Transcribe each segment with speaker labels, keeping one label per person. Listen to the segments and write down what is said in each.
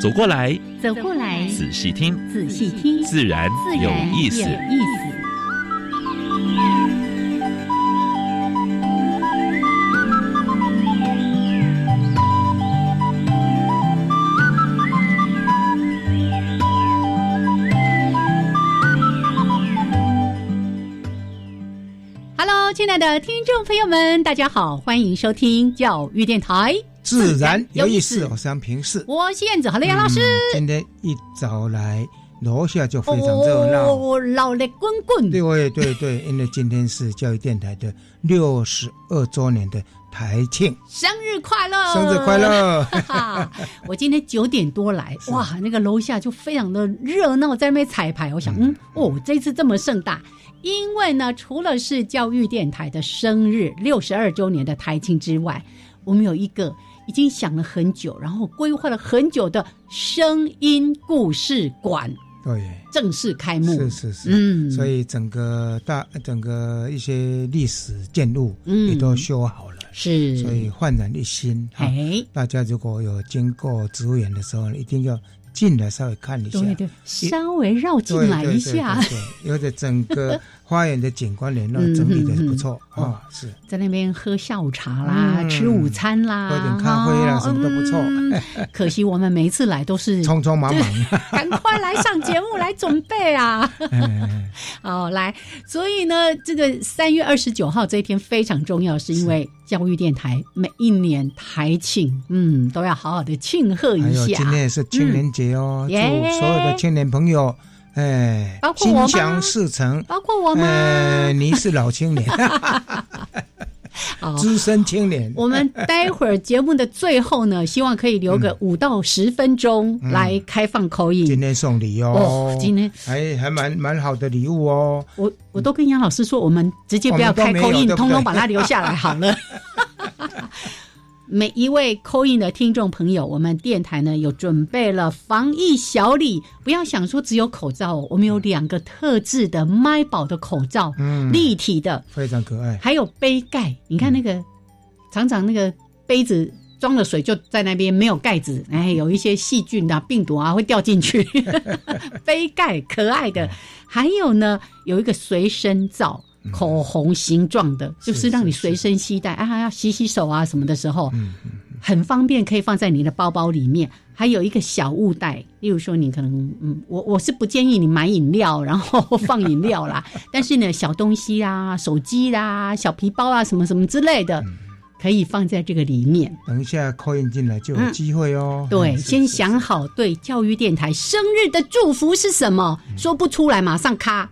Speaker 1: 走过来，
Speaker 2: 走过来，
Speaker 1: 仔细听，
Speaker 2: 仔细听，
Speaker 1: 自然
Speaker 2: 自然
Speaker 1: 有意思。
Speaker 2: 有意思。Hello，亲爱的听众朋友们，大家好，欢迎收听教育电台，
Speaker 3: 自然有意思，
Speaker 2: 自然有
Speaker 3: 我是杨平视。
Speaker 2: 我是燕子，好了，杨老师。
Speaker 3: 嗯今天一早来，楼下就嗯非常热闹。
Speaker 2: 哦，老的滚滚。
Speaker 3: 对对对对，因为今天是教育电台的六十二周年的台庆，
Speaker 2: 生日快乐！
Speaker 3: 生日 快！乐！
Speaker 2: 哈哈，我今天九点多来，哇，那个楼下就非常的热闹，在那边彩排。我想，嗯，哦，这次这么盛大，因为呢，除了是教育电台的生日六十二周年的台庆之外，我们有一个已经想了很久，然后规划了很久的声音故事馆
Speaker 3: 对，
Speaker 2: 正式开幕。
Speaker 3: 哦是是是。
Speaker 2: 嗯，
Speaker 3: 所以整个大整个一些历史建筑
Speaker 2: 嗯
Speaker 3: 也都修好了，
Speaker 2: 是，
Speaker 3: 所以焕然一新哈。
Speaker 2: 哎，
Speaker 3: 大家如果有经过植物园的时候，一定要进来稍微看一下。
Speaker 2: 对对，稍微绕进来一下。
Speaker 3: 对对对对对而且整个花园的景观联络
Speaker 2: 嗯
Speaker 3: 整理的不错
Speaker 2: 嗯嗯
Speaker 3: 啊，是
Speaker 2: 在那边喝下午茶啦，
Speaker 3: 嗯
Speaker 2: 吃午餐啦，
Speaker 3: 喝点咖啡啦
Speaker 2: 哦
Speaker 3: 什么都不错
Speaker 2: 嗯 可惜我们每一次来都是
Speaker 3: 匆匆忙忙。
Speaker 2: 赶快来上节目来准备啊！
Speaker 3: 哎
Speaker 2: 哦，来，所以呢，这个三月二十九号这一天非常重要，是因为教育电台每一年台庆，嗯，都要好好的庆贺
Speaker 3: 还
Speaker 2: 一
Speaker 3: 有
Speaker 2: 下
Speaker 3: 哎今。天也是青年节哦，
Speaker 2: 嗯
Speaker 3: 祝
Speaker 2: 耶
Speaker 3: 所有的青年朋友，哎
Speaker 2: 包，括我吗
Speaker 3: 心想事成。
Speaker 2: 包括我
Speaker 3: 呃，
Speaker 2: 们，
Speaker 3: 你是老 青年，
Speaker 2: 哦
Speaker 3: 资深青年。
Speaker 2: 我们待会儿节目的最后呢，希望可以留个五到十分钟来开放口音。
Speaker 3: 嗯今天送礼哦
Speaker 2: 哦，，今天
Speaker 3: 还还蛮蛮好的礼物哦。
Speaker 2: 我我都跟杨老师说，我们直接不要开
Speaker 3: 我们都没有
Speaker 2: 扣印，
Speaker 3: 对不对
Speaker 2: 通通把它留下来好了。 每一位扣印的听众朋友，我们电台呢有准备了防疫小礼，不要想说只有口罩哦，我们有两个特制的麦宝的口罩，
Speaker 3: 嗯，
Speaker 2: 立体的，
Speaker 3: 非常可爱。
Speaker 2: 还有杯盖。你看那个，
Speaker 3: 嗯
Speaker 2: 常常那个杯子装了水就在那边没有盖子，哎，有一些细菌啊、病毒啊会掉进去。 杯盖可爱的，还有呢，有一个随身罩。口红形状的，就是让你随身携带啊，要洗洗手啊什么的时候，
Speaker 3: 嗯嗯
Speaker 2: 很方便，可以放在你的包包里面。还有一个小物袋，例如说你可能，嗯，我我是不建议你买饮料，然后放饮料啦。但是呢，小东西啊，手机啦、小皮包啊，什么什么之类的，可以放在这个里面。
Speaker 3: 等一下扣印进来就有机会哦。
Speaker 2: 嗯对，
Speaker 3: 嗯是
Speaker 2: 先
Speaker 3: 是
Speaker 2: 想好对教育电台生日的祝福是什么，
Speaker 3: 嗯
Speaker 2: 说不出来马上 咔。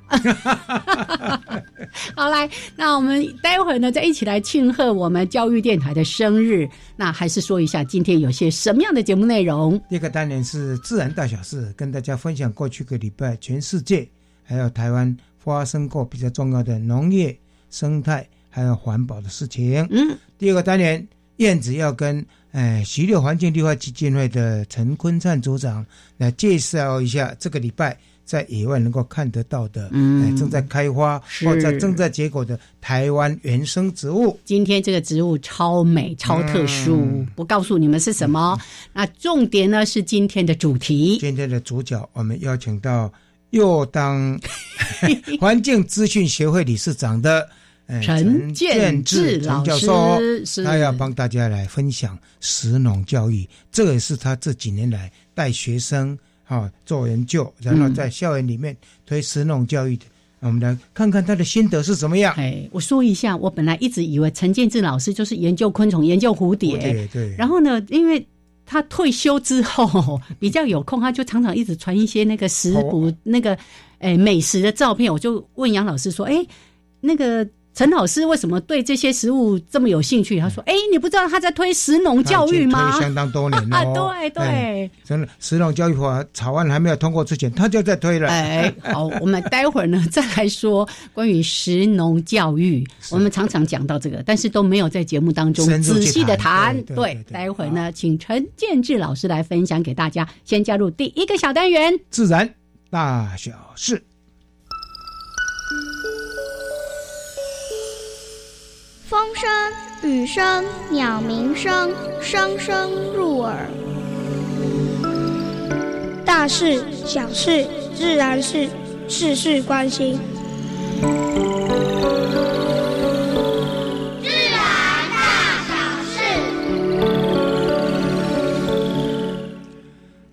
Speaker 2: 好来，那我们待会儿呢再一起来庆贺我们教育电台的生日。那还是说一下今天有些什么样的节目内容？
Speaker 3: 第一个单元是自然大小事，跟大家分享过去个礼拜全世界还有台湾发生过比较重要的农业、生态还有环保的事情。
Speaker 2: 嗯，
Speaker 3: 第二个单元，燕子要跟哎徐六环境绿化基金会的陈坤灿组长来介绍一下这个礼拜在野外能够看得到的，
Speaker 2: 嗯
Speaker 3: 哎正在开花
Speaker 2: 是
Speaker 3: 或者正在结果的台湾原生植物。
Speaker 2: 今天这个植物超美、超特殊，
Speaker 3: 嗯
Speaker 2: 不告诉你们是什么。那重点呢是今天的主题，
Speaker 3: 今天的主角，我们邀请到 又当环境资讯协会理事长的、呃
Speaker 2: 陈建志
Speaker 3: 陈
Speaker 2: 老
Speaker 3: 教授，
Speaker 2: 师是
Speaker 3: 他要帮大家来分享食农教育，这也是他这几年来带学生哈、做研究，然后在校园里面推食农教育的。我们来看看他的心得是怎么样。
Speaker 2: 哎，我说一下，我本来一直以为陈建志老师就是研究昆虫、研究蝴蝶，
Speaker 3: 对对，
Speaker 2: 然后呢，因为他退休之后 比较有空，他就常常一直传一些那个食
Speaker 3: 好
Speaker 2: 谱、那个诶、美食的照片。我就问杨老师说：“哎，那个陈老师为什么对这些食物这么有兴趣？他说：“哎、你不知道他在推食农教育
Speaker 3: 他已
Speaker 2: 吗
Speaker 3: 经推？”相当多年 了、
Speaker 2: 啊，
Speaker 3: 哦。
Speaker 2: 对
Speaker 3: 哎
Speaker 2: 对，
Speaker 3: 真的，石农教育法草案还没有通过之前，他就在 推了。
Speaker 2: 哎，好，我们待会儿呢再来说关于食农教育，我们常常讲到这个，但是都没有在节目当中
Speaker 3: 深入
Speaker 2: 仔
Speaker 3: 去
Speaker 2: 细的
Speaker 3: 谈
Speaker 2: 谈。
Speaker 3: 对对对对
Speaker 2: 待会儿呢，请陈建志老师来分享给大家。先加入第一个小单元，
Speaker 3: 自然大小事，
Speaker 4: 风声、雨声、鸟鸣声，声声入耳。大事、小事、自然是事事关心。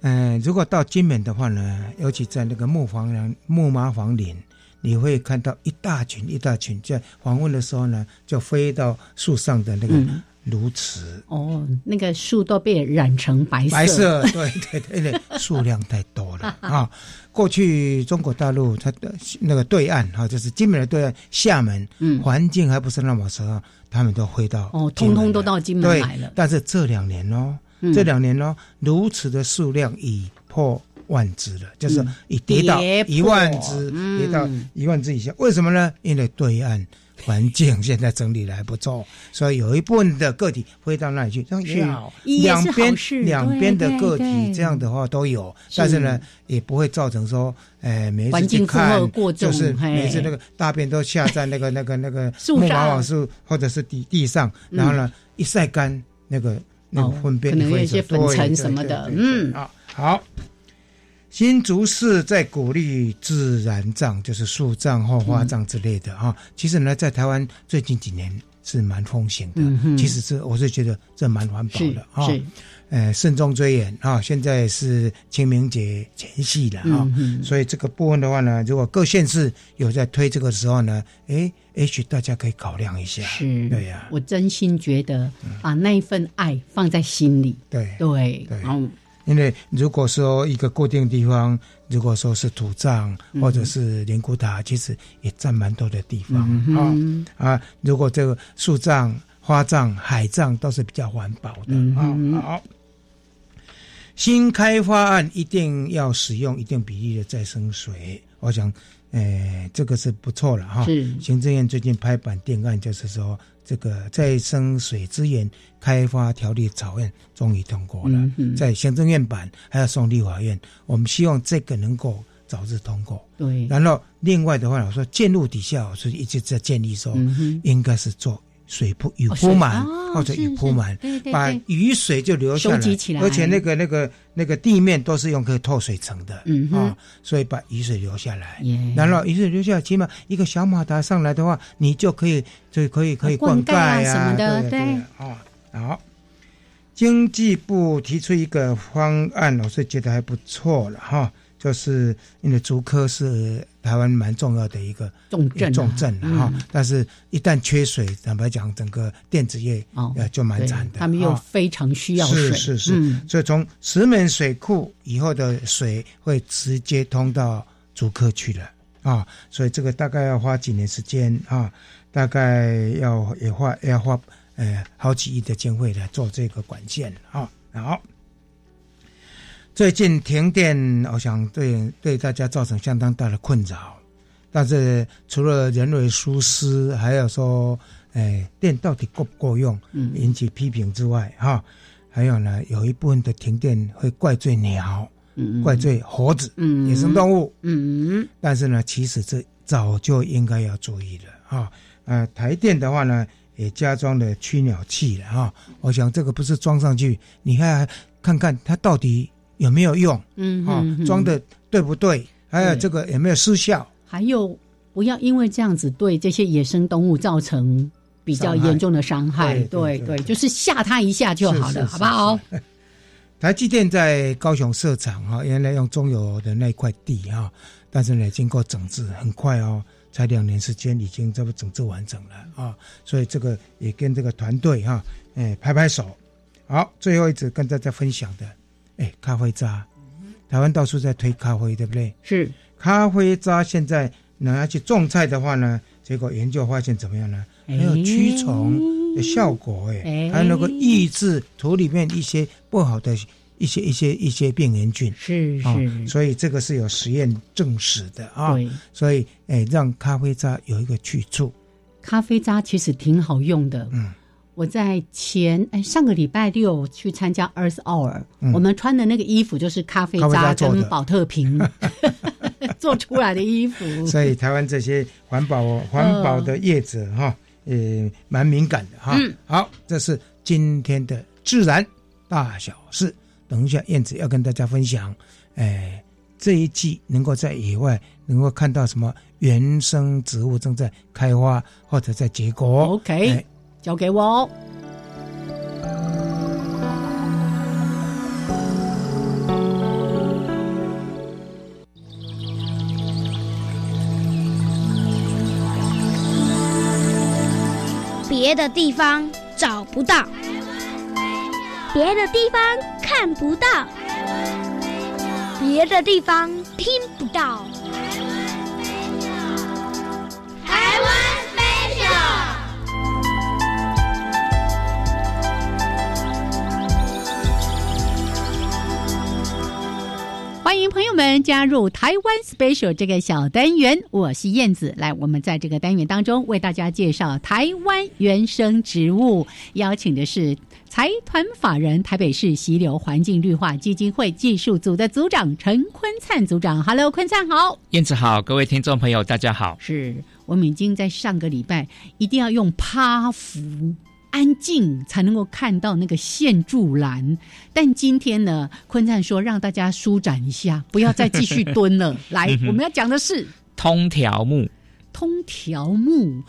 Speaker 3: 嗯、如果到金门的话呢，尤其在那个木房梁、木麻房林，你会看到一大群一大群，在黄昏的时候呢，就飞到树上的那个
Speaker 2: 嗯
Speaker 3: 鸬鹚，
Speaker 2: 哦，那个树都被染成白色，
Speaker 3: 白色，对对对对，数量太 多了啊！过去中国大陆它的那个对岸哈、啊，就是金门的对岸厦门，
Speaker 2: 嗯
Speaker 3: 环境还不是那么差，他们都回到
Speaker 2: 哦，
Speaker 3: 金
Speaker 2: 通通
Speaker 3: 门
Speaker 2: 都
Speaker 3: 来
Speaker 2: 到金门
Speaker 3: 对
Speaker 2: 来了，。
Speaker 3: 但是这两年哦，
Speaker 2: 嗯
Speaker 3: 这两年哦，如此的数量已破万只了，就是已跌
Speaker 2: 嗯
Speaker 3: 到
Speaker 2: 跌
Speaker 3: 一
Speaker 2: 破
Speaker 3: 万只，
Speaker 2: 嗯
Speaker 3: 跌到一万只以下。为什么呢？因为对岸环境现在整理得还不错，所以有一部分的个体会到那里去，这样也好。
Speaker 2: 也是
Speaker 3: 两边
Speaker 2: 好事
Speaker 3: 两边的
Speaker 2: 对对
Speaker 3: 个体
Speaker 2: 对
Speaker 3: 这样的话都有，
Speaker 2: 是
Speaker 3: 但是呢，也不会造成说，呃，每一次
Speaker 2: 环境
Speaker 3: 去看
Speaker 2: 负荷过重
Speaker 3: 就是
Speaker 2: 嘿
Speaker 3: 每次那个大便都下在那个 那个那个
Speaker 2: 树
Speaker 3: 木
Speaker 2: 上
Speaker 3: 马网树或者是地地上，
Speaker 2: 嗯
Speaker 3: 然后呢一晒干那个那个
Speaker 2: 哦
Speaker 3: 粪便
Speaker 2: 可能有
Speaker 3: 会
Speaker 2: 一些
Speaker 3: 很多
Speaker 2: 粉尘
Speaker 3: 对
Speaker 2: 什么的
Speaker 3: 对对对
Speaker 2: 嗯
Speaker 3: 啊好。新竹市在鼓励自然葬，就是树葬或花
Speaker 2: 嗯
Speaker 3: 葬之类的哈、其实呢，在台湾最近几年是蛮风行的。
Speaker 2: 嗯哼
Speaker 3: 其实是我是觉得这蛮环保
Speaker 2: 是
Speaker 3: 的哈。
Speaker 2: 是，
Speaker 3: 呃，慎重追远啊、现在是清明节前夕了啊、
Speaker 2: 嗯哼
Speaker 3: 所以这个部分的话呢，如果各县市有在推这个时候呢，诶，也许大家可以考量一下。
Speaker 2: 是，
Speaker 3: 啊对呀嗯
Speaker 2: 我真心觉得把那一份爱放在心里，
Speaker 3: 对，
Speaker 2: 对，
Speaker 3: 对
Speaker 2: 然后
Speaker 3: 因为如果说一个固定地方，如果说是土葬
Speaker 2: 嗯
Speaker 3: 或者是灵骨塔，其实也占蛮多的地方
Speaker 2: 嗯
Speaker 3: 啊、
Speaker 2: 哼，
Speaker 3: 啊。如果这个树葬、花葬、海葬都是比较环保的
Speaker 2: 嗯
Speaker 3: 啊、
Speaker 2: 哼
Speaker 3: 好，新开发案一定要使用一定比例的再生水，我想，呃，这个是不错了哈。
Speaker 2: 是
Speaker 3: 行政院最近拍板定案，就是说这个再生水资源开发条例草案终于通过了，
Speaker 2: 嗯嗯
Speaker 3: 在行政院版还要送立法院，我们希望这个能够早日通过。
Speaker 2: 对，
Speaker 3: 然后另外的话，我说建路底下，我是一直在建议说，
Speaker 2: 嗯哼，
Speaker 3: 应该是做水铺雨
Speaker 2: 哦
Speaker 3: 铺满、
Speaker 2: 水哦
Speaker 3: 或者雨铺满，
Speaker 2: 是是对对
Speaker 3: 把
Speaker 2: 对
Speaker 3: 雨水就留下来，
Speaker 2: 收集起来
Speaker 3: 而且那个那个那个地面都是用可以透水层的，
Speaker 2: 嗯哼
Speaker 3: 啊，所以把雨水留下来。
Speaker 2: 耶
Speaker 3: 然后雨水留下来，起码一个小马达上来的话，你就可以就可以可以
Speaker 2: 灌
Speaker 3: 灌
Speaker 2: 溉啊
Speaker 3: 溉
Speaker 2: 什么的
Speaker 3: 对
Speaker 2: 对
Speaker 3: 啊对啊，好。经济部提出一个方案，我是觉得还不错了哈，就是因为竹科是台湾蛮重要的一个
Speaker 2: 重症啊
Speaker 3: 重症了哈、
Speaker 2: 嗯
Speaker 3: 但是一旦缺水，坦白讲，整个电子业
Speaker 2: 哦
Speaker 3: 呃就蛮
Speaker 2: 对
Speaker 3: 惨的。
Speaker 2: 他们又
Speaker 3: 啊
Speaker 2: 非常需要水，
Speaker 3: 是是是、
Speaker 2: 嗯
Speaker 3: 所以从石门水库以后的水会直接通到竹科去了啊，所以这个大概要花几年时间啊，大概要也花要花呃好几亿的经费来做这个管线啊。好，最近停电，我想对对大家造成相当大的困扰。但是除了人为疏失，还有说，哎，电到底够不够用，
Speaker 2: 嗯
Speaker 3: 引起批评之外，哈、还有呢，有一部分的停电会怪罪鸟，
Speaker 2: 嗯
Speaker 3: 怪罪猴子、
Speaker 2: 嗯
Speaker 3: 野生动物，
Speaker 2: 嗯
Speaker 3: 但是呢，其实这早就应该要注意了啊。呃，台电的话呢，也加装了驱鸟器了啊。我想这个不是装上去，你还看看它到底有没有用
Speaker 2: 嗯
Speaker 3: 啊
Speaker 2: 嗯，，
Speaker 3: 装的对不对，还有
Speaker 2: 对
Speaker 3: 这个有没有失效。
Speaker 2: 还有不要因为这样子对这些野生动物造成比较
Speaker 3: 伤害
Speaker 2: 严重的伤害，
Speaker 3: 对对
Speaker 2: 对
Speaker 3: 对对
Speaker 2: 就是吓它一下就好
Speaker 3: 是
Speaker 2: 了，
Speaker 3: 是
Speaker 2: 好不好？
Speaker 3: 台积电在高雄设厂哈，原来用中油的那一块地哈，但是呢，经过整治，很快哦，才两年时间已经这么整治完整了啊，所以这个也跟这个团队哈，哎，拍拍手。好，最后一次跟大家分享的，哎，咖啡渣，台湾到处在推咖啡，对不对？
Speaker 2: 是，
Speaker 3: 咖啡渣现在那要去种菜的话呢，结果研究发现怎么样呢？还有驱虫的效果哎
Speaker 2: 哎，
Speaker 3: 还能够抑制土里面一些不好的一些一些一些病原菌
Speaker 2: 是
Speaker 3: 啊、
Speaker 2: 是，
Speaker 3: 所以这个是有实验证实的啊。
Speaker 2: 对，
Speaker 3: 所以哎，让咖啡渣有一个去处，
Speaker 2: 咖啡渣其实挺好用的。
Speaker 3: 嗯，
Speaker 2: 我在前哎上个礼拜六去参加 Earth Hour，、
Speaker 3: 嗯
Speaker 2: 我们穿的那个衣服就是咖啡
Speaker 3: 咖啡渣
Speaker 2: 渣
Speaker 3: 做的
Speaker 2: 跟保特 瓶 做出来的衣服。
Speaker 3: 所以台湾这些环保哦环保的业者哈、呃，蛮敏感的哈。好，这是今天的自然大小事。等一下，燕子要跟大家分享，哎、这一季能够在野外能够看到什么原生植物正在开花或者在结果。
Speaker 2: OK，、
Speaker 3: 哎
Speaker 2: 交给我哦。
Speaker 4: 别的地方找不到，别的地方看不到，别的地方听不到。台湾 special。
Speaker 2: 欢迎朋友们加入台湾 Special 这个小单元，我是燕子。来，我们在这个单元当中为大家介绍台湾原生植物，邀请的是财团法人台北市溪流环境绿化基金会技术组的组长陈坤灿组长。Hello，坤灿好。
Speaker 5: 燕子好，各位听众朋友，大家好。
Speaker 2: 是我们已经在上个礼拜一定要用趴伏安静才能够看到那个线柱栏，但今天呢，坤灿说让大家舒展一下，不要再继续蹲 了。来，
Speaker 5: 嗯
Speaker 2: 我们要讲的是
Speaker 5: 通条目，
Speaker 2: 通条木。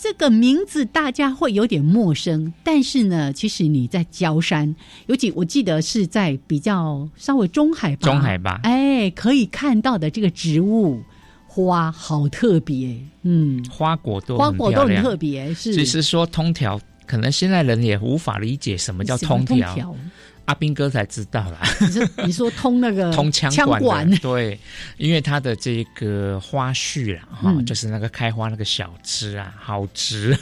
Speaker 2: 这个名字大家会有点陌生，但是呢，其实你在礁山，尤其我记得是在比较稍微中海拔，
Speaker 5: 中海拔
Speaker 2: 哎，可以看到的这个植物花好特别，嗯，
Speaker 5: 花果都
Speaker 2: 花
Speaker 5: 很
Speaker 2: 果
Speaker 5: 漂
Speaker 2: 冻很
Speaker 5: 亮。
Speaker 2: 特别，欸是
Speaker 5: 只是说通条，可能现在人也无法理解什么叫
Speaker 2: 什么
Speaker 5: 通
Speaker 2: 通
Speaker 5: 条。？阿斌哥才知道啦，
Speaker 2: 你 说你说通那个
Speaker 5: 通腔
Speaker 2: 呃管
Speaker 5: 管的。 对，因为它的这个花序啦，哈、
Speaker 2: 嗯
Speaker 5: 就是那个开花那个小枝 啊，好直，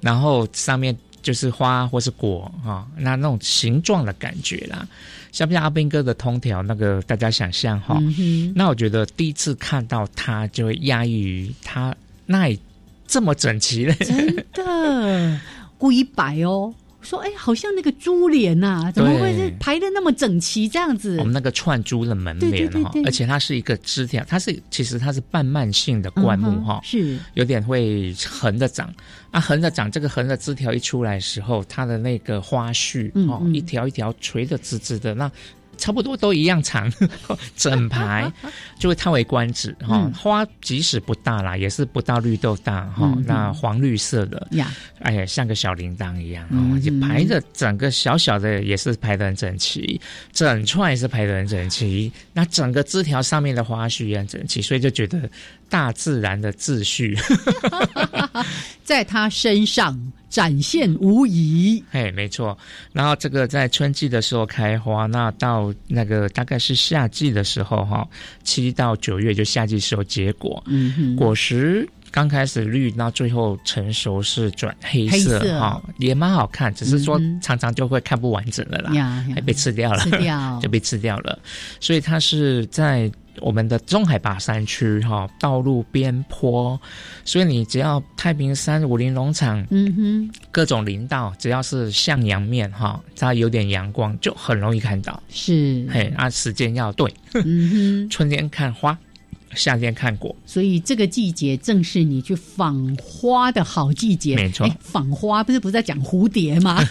Speaker 5: 然后上面就是花或是果哈、那那种形状的感觉啦，像不像阿斌哥的通条那个？大家想象哈、
Speaker 2: 嗯哼，
Speaker 5: 那我觉得第一次看到它，就会讶异于它那也这么整齐嘞。
Speaker 2: 真的故意摆哦。说哎，好像那个珠帘呐、怎么会是
Speaker 5: 对
Speaker 2: 排的那么整齐这样子
Speaker 5: 我？们那个串珠的门
Speaker 2: 对
Speaker 5: 帘
Speaker 2: 对对
Speaker 5: 哈
Speaker 2: 对，
Speaker 5: 而且它是一个枝条，它是其实它是半蔓性的灌木
Speaker 2: 嗯哼
Speaker 5: 哈、
Speaker 2: 是
Speaker 5: 有点会横着长啊，横着长，这个横的枝条一出来的时候，它的那个花序
Speaker 2: 嗯
Speaker 5: 哦，
Speaker 2: 嗯
Speaker 5: 一条一条垂的直直的，那差不多都一 样长，整排就会叹为观止哈、
Speaker 2: 嗯
Speaker 5: 花即使不大啦，也是不到绿豆大哈、
Speaker 2: 嗯嗯
Speaker 5: 那黄绿色的，
Speaker 2: 呀，
Speaker 5: 哎呀，像个小铃铛一样
Speaker 2: 嗯
Speaker 5: 哦，
Speaker 2: 哼
Speaker 5: 就排的整个小小的也是排的很整齐，整串也是排的很整齐，那整个枝条上面的花絮也很整齐，所以就觉得大自然的秩序，
Speaker 2: 在他身上展现无疑。
Speaker 5: 嘿，没错。然后这个在春季的时候开花，那到那个大概是夏季的时候哈，七到九月就夏季时候结果，
Speaker 2: 嗯哼，
Speaker 5: 果实刚开始绿，到最后成熟是转黑色
Speaker 2: 黑色
Speaker 5: 哈、也蛮好看，只是说
Speaker 2: 嗯哼
Speaker 5: 常常就会看不完整了啦，
Speaker 2: 呀呀
Speaker 5: 还被吃掉了，
Speaker 2: 嗯吃掉
Speaker 5: 就被吃掉了。所以它是在我们的中海拔山区哈、道路边坡，所以你只要太平山武林农场
Speaker 2: 嗯哼，
Speaker 5: 各种林道，只要是向阳面哈、它有点阳光就很容易看到。
Speaker 2: 是，
Speaker 5: 嘿，啊，时间要对，
Speaker 2: 嗯哼，
Speaker 5: 春天看花，夏天看果。
Speaker 2: 所以这个季节正是你去访花的好季节。
Speaker 5: 没错
Speaker 2: 哎访花不是不是在讲蝴蝶 吗？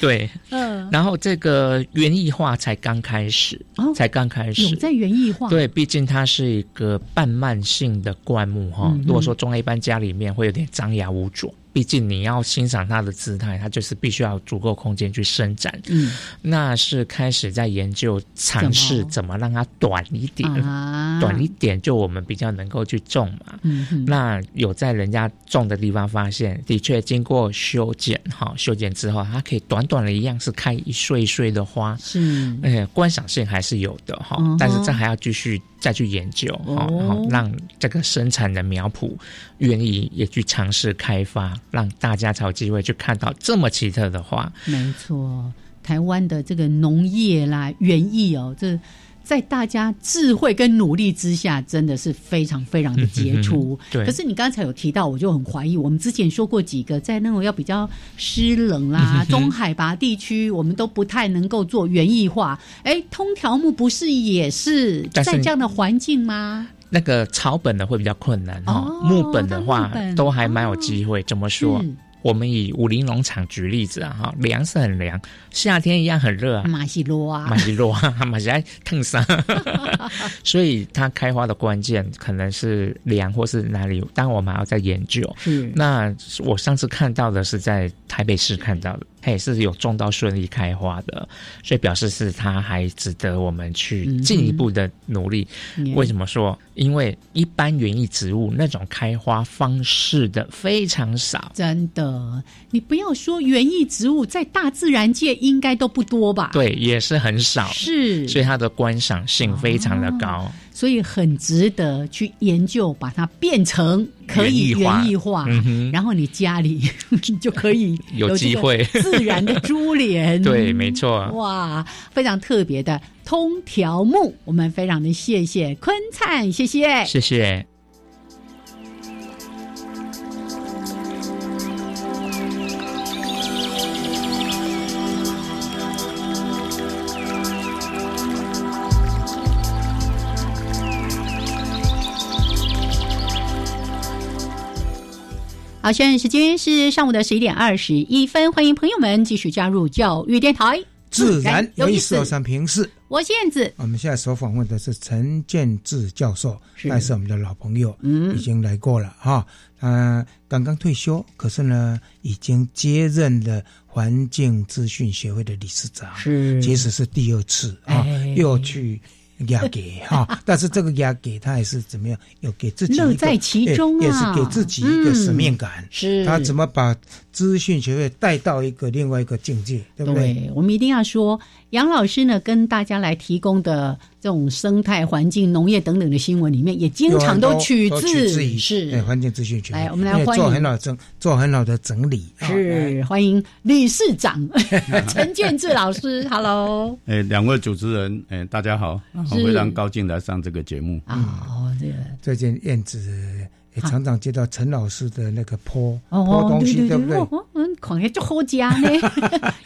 Speaker 5: 对，
Speaker 2: 嗯，
Speaker 5: 然后这个园艺化才刚开始，
Speaker 2: 哦
Speaker 5: 才刚开
Speaker 2: 有
Speaker 5: 始。
Speaker 2: 在园艺化，
Speaker 5: 对，毕竟它是一个半慢性的灌木哈、
Speaker 2: 嗯哼
Speaker 5: 如果说种在一般家里面，会有点张牙舞爪。毕竟你要欣赏它的姿态，它就是必须要有足够空间去伸展。
Speaker 2: 嗯
Speaker 5: 那是开始在研究尝试怎么让它短一点，
Speaker 2: 啊，
Speaker 5: 短一点就我们比较能够去种嘛。
Speaker 2: 嗯哼，
Speaker 5: 那有在人家种的地方发现，的确经过修剪哈，修剪之后，它可以短短的一样是开一穗一穗的花，
Speaker 2: 是
Speaker 5: 哎、观赏性还是有的哈，
Speaker 2: 嗯哼
Speaker 5: 但是这还要继续再去研究哈、
Speaker 2: 哦
Speaker 5: 好让这个生产的苗圃愿意也去尝试开发，让大家才有机会去看到这么奇特的花。
Speaker 2: 没错，台湾的这个农业啦、园艺哦，这在大家智慧跟努力之下，真的是非常非常的杰出。
Speaker 5: 嗯嗯嗯对
Speaker 2: 可是你刚才有提到，我就很怀疑，我们之前说过几个在那种要比较湿冷
Speaker 5: 嗯
Speaker 2: 啦、中海拔地区，我们都不太能够做园艺化。哎，通条木不是也是在
Speaker 5: 但是你
Speaker 2: 这样的环境吗？
Speaker 5: 那个草本的会比较困难哈、
Speaker 2: 哦
Speaker 5: 木本的
Speaker 2: 那
Speaker 5: 话
Speaker 2: 木本哦
Speaker 5: 都还蛮有机会。怎么说？
Speaker 2: 嗯
Speaker 5: 我们以武林农场举例子啊，哈，凉是很凉，夏天一样很热啊，
Speaker 2: 马西罗啊
Speaker 5: 马，西罗啊， 马西爱烫伤， 所以它开花的关键可能是凉或是哪里，但我们还要再研究。
Speaker 2: 是
Speaker 5: 那我上次看到的是在台北市看到的，它也是有种到顺利开花的，所以表示是它还值得我们去
Speaker 2: 嗯
Speaker 5: 进一步的努力。为什么说？因为一般园艺植物那种开花方式的非常少。
Speaker 2: 真的，你不要说园艺植物在大自然界应该都不多吧？，
Speaker 5: 对，也是很少，
Speaker 2: 是，哦
Speaker 5: 所以它的观赏性非常的高。
Speaker 2: 所以很值得去研究，把它变成可以
Speaker 5: 园艺化
Speaker 2: 园艺化，
Speaker 5: 嗯哼
Speaker 2: 然后你家里就可以
Speaker 5: 有
Speaker 2: 这个
Speaker 5: 机会
Speaker 2: 自然的珠帘。
Speaker 5: 对，没错。
Speaker 2: 哇，非常特别的通条木，我们非常的谢谢坤灿，谢谢。
Speaker 5: 谢谢。
Speaker 2: 好，现在时间是上午的十一点二十一分，欢迎朋友们继续加入教育电台，
Speaker 3: 自然哎有意思。
Speaker 2: 有
Speaker 3: 二三平视，
Speaker 2: 我是燕子，
Speaker 3: 我们现在所访问的是陈建志教授，
Speaker 2: 是
Speaker 3: 那是我们的老朋友，
Speaker 2: 嗯
Speaker 3: 已经来过了哈。他、刚刚退休，可是呢，已经接任了环境资讯协会的理事长，
Speaker 2: 是
Speaker 3: 其实是第二次啊
Speaker 5: 哎，
Speaker 3: 又去。压给 哈，但是这个压给他也是怎么样？有给自己一个
Speaker 2: 乐在其中啊嗯
Speaker 3: 也是给自己一个使命感。
Speaker 2: 是
Speaker 3: 他怎么把资讯学会带到一个另外一个境界，对不对？
Speaker 2: 我们一定要说，杨老师呢跟大家来提供的这种生态环境、农业等等的新闻里面，也经常
Speaker 3: 有很多
Speaker 2: 取
Speaker 3: 都取自于对
Speaker 2: 是
Speaker 3: 环境资讯学会，
Speaker 2: 来我们来
Speaker 3: 因为
Speaker 2: 欢
Speaker 3: 做
Speaker 2: 迎
Speaker 3: 很好的整，做很好的整理。啊
Speaker 2: 是，欢迎理事长陈建志老师，Hello
Speaker 6: 哎，两位主持人，哎，大家好，我非常高兴来上这个节目。
Speaker 2: 啊，哦这个
Speaker 3: 最近燕子也
Speaker 2: 好
Speaker 3: 常常接到陈老师的那个泼泼
Speaker 2: 哦，
Speaker 3: 东
Speaker 2: 对
Speaker 3: 西，
Speaker 2: 对对
Speaker 3: 对不对？
Speaker 2: 哦哦嗯，狂热就好家呢，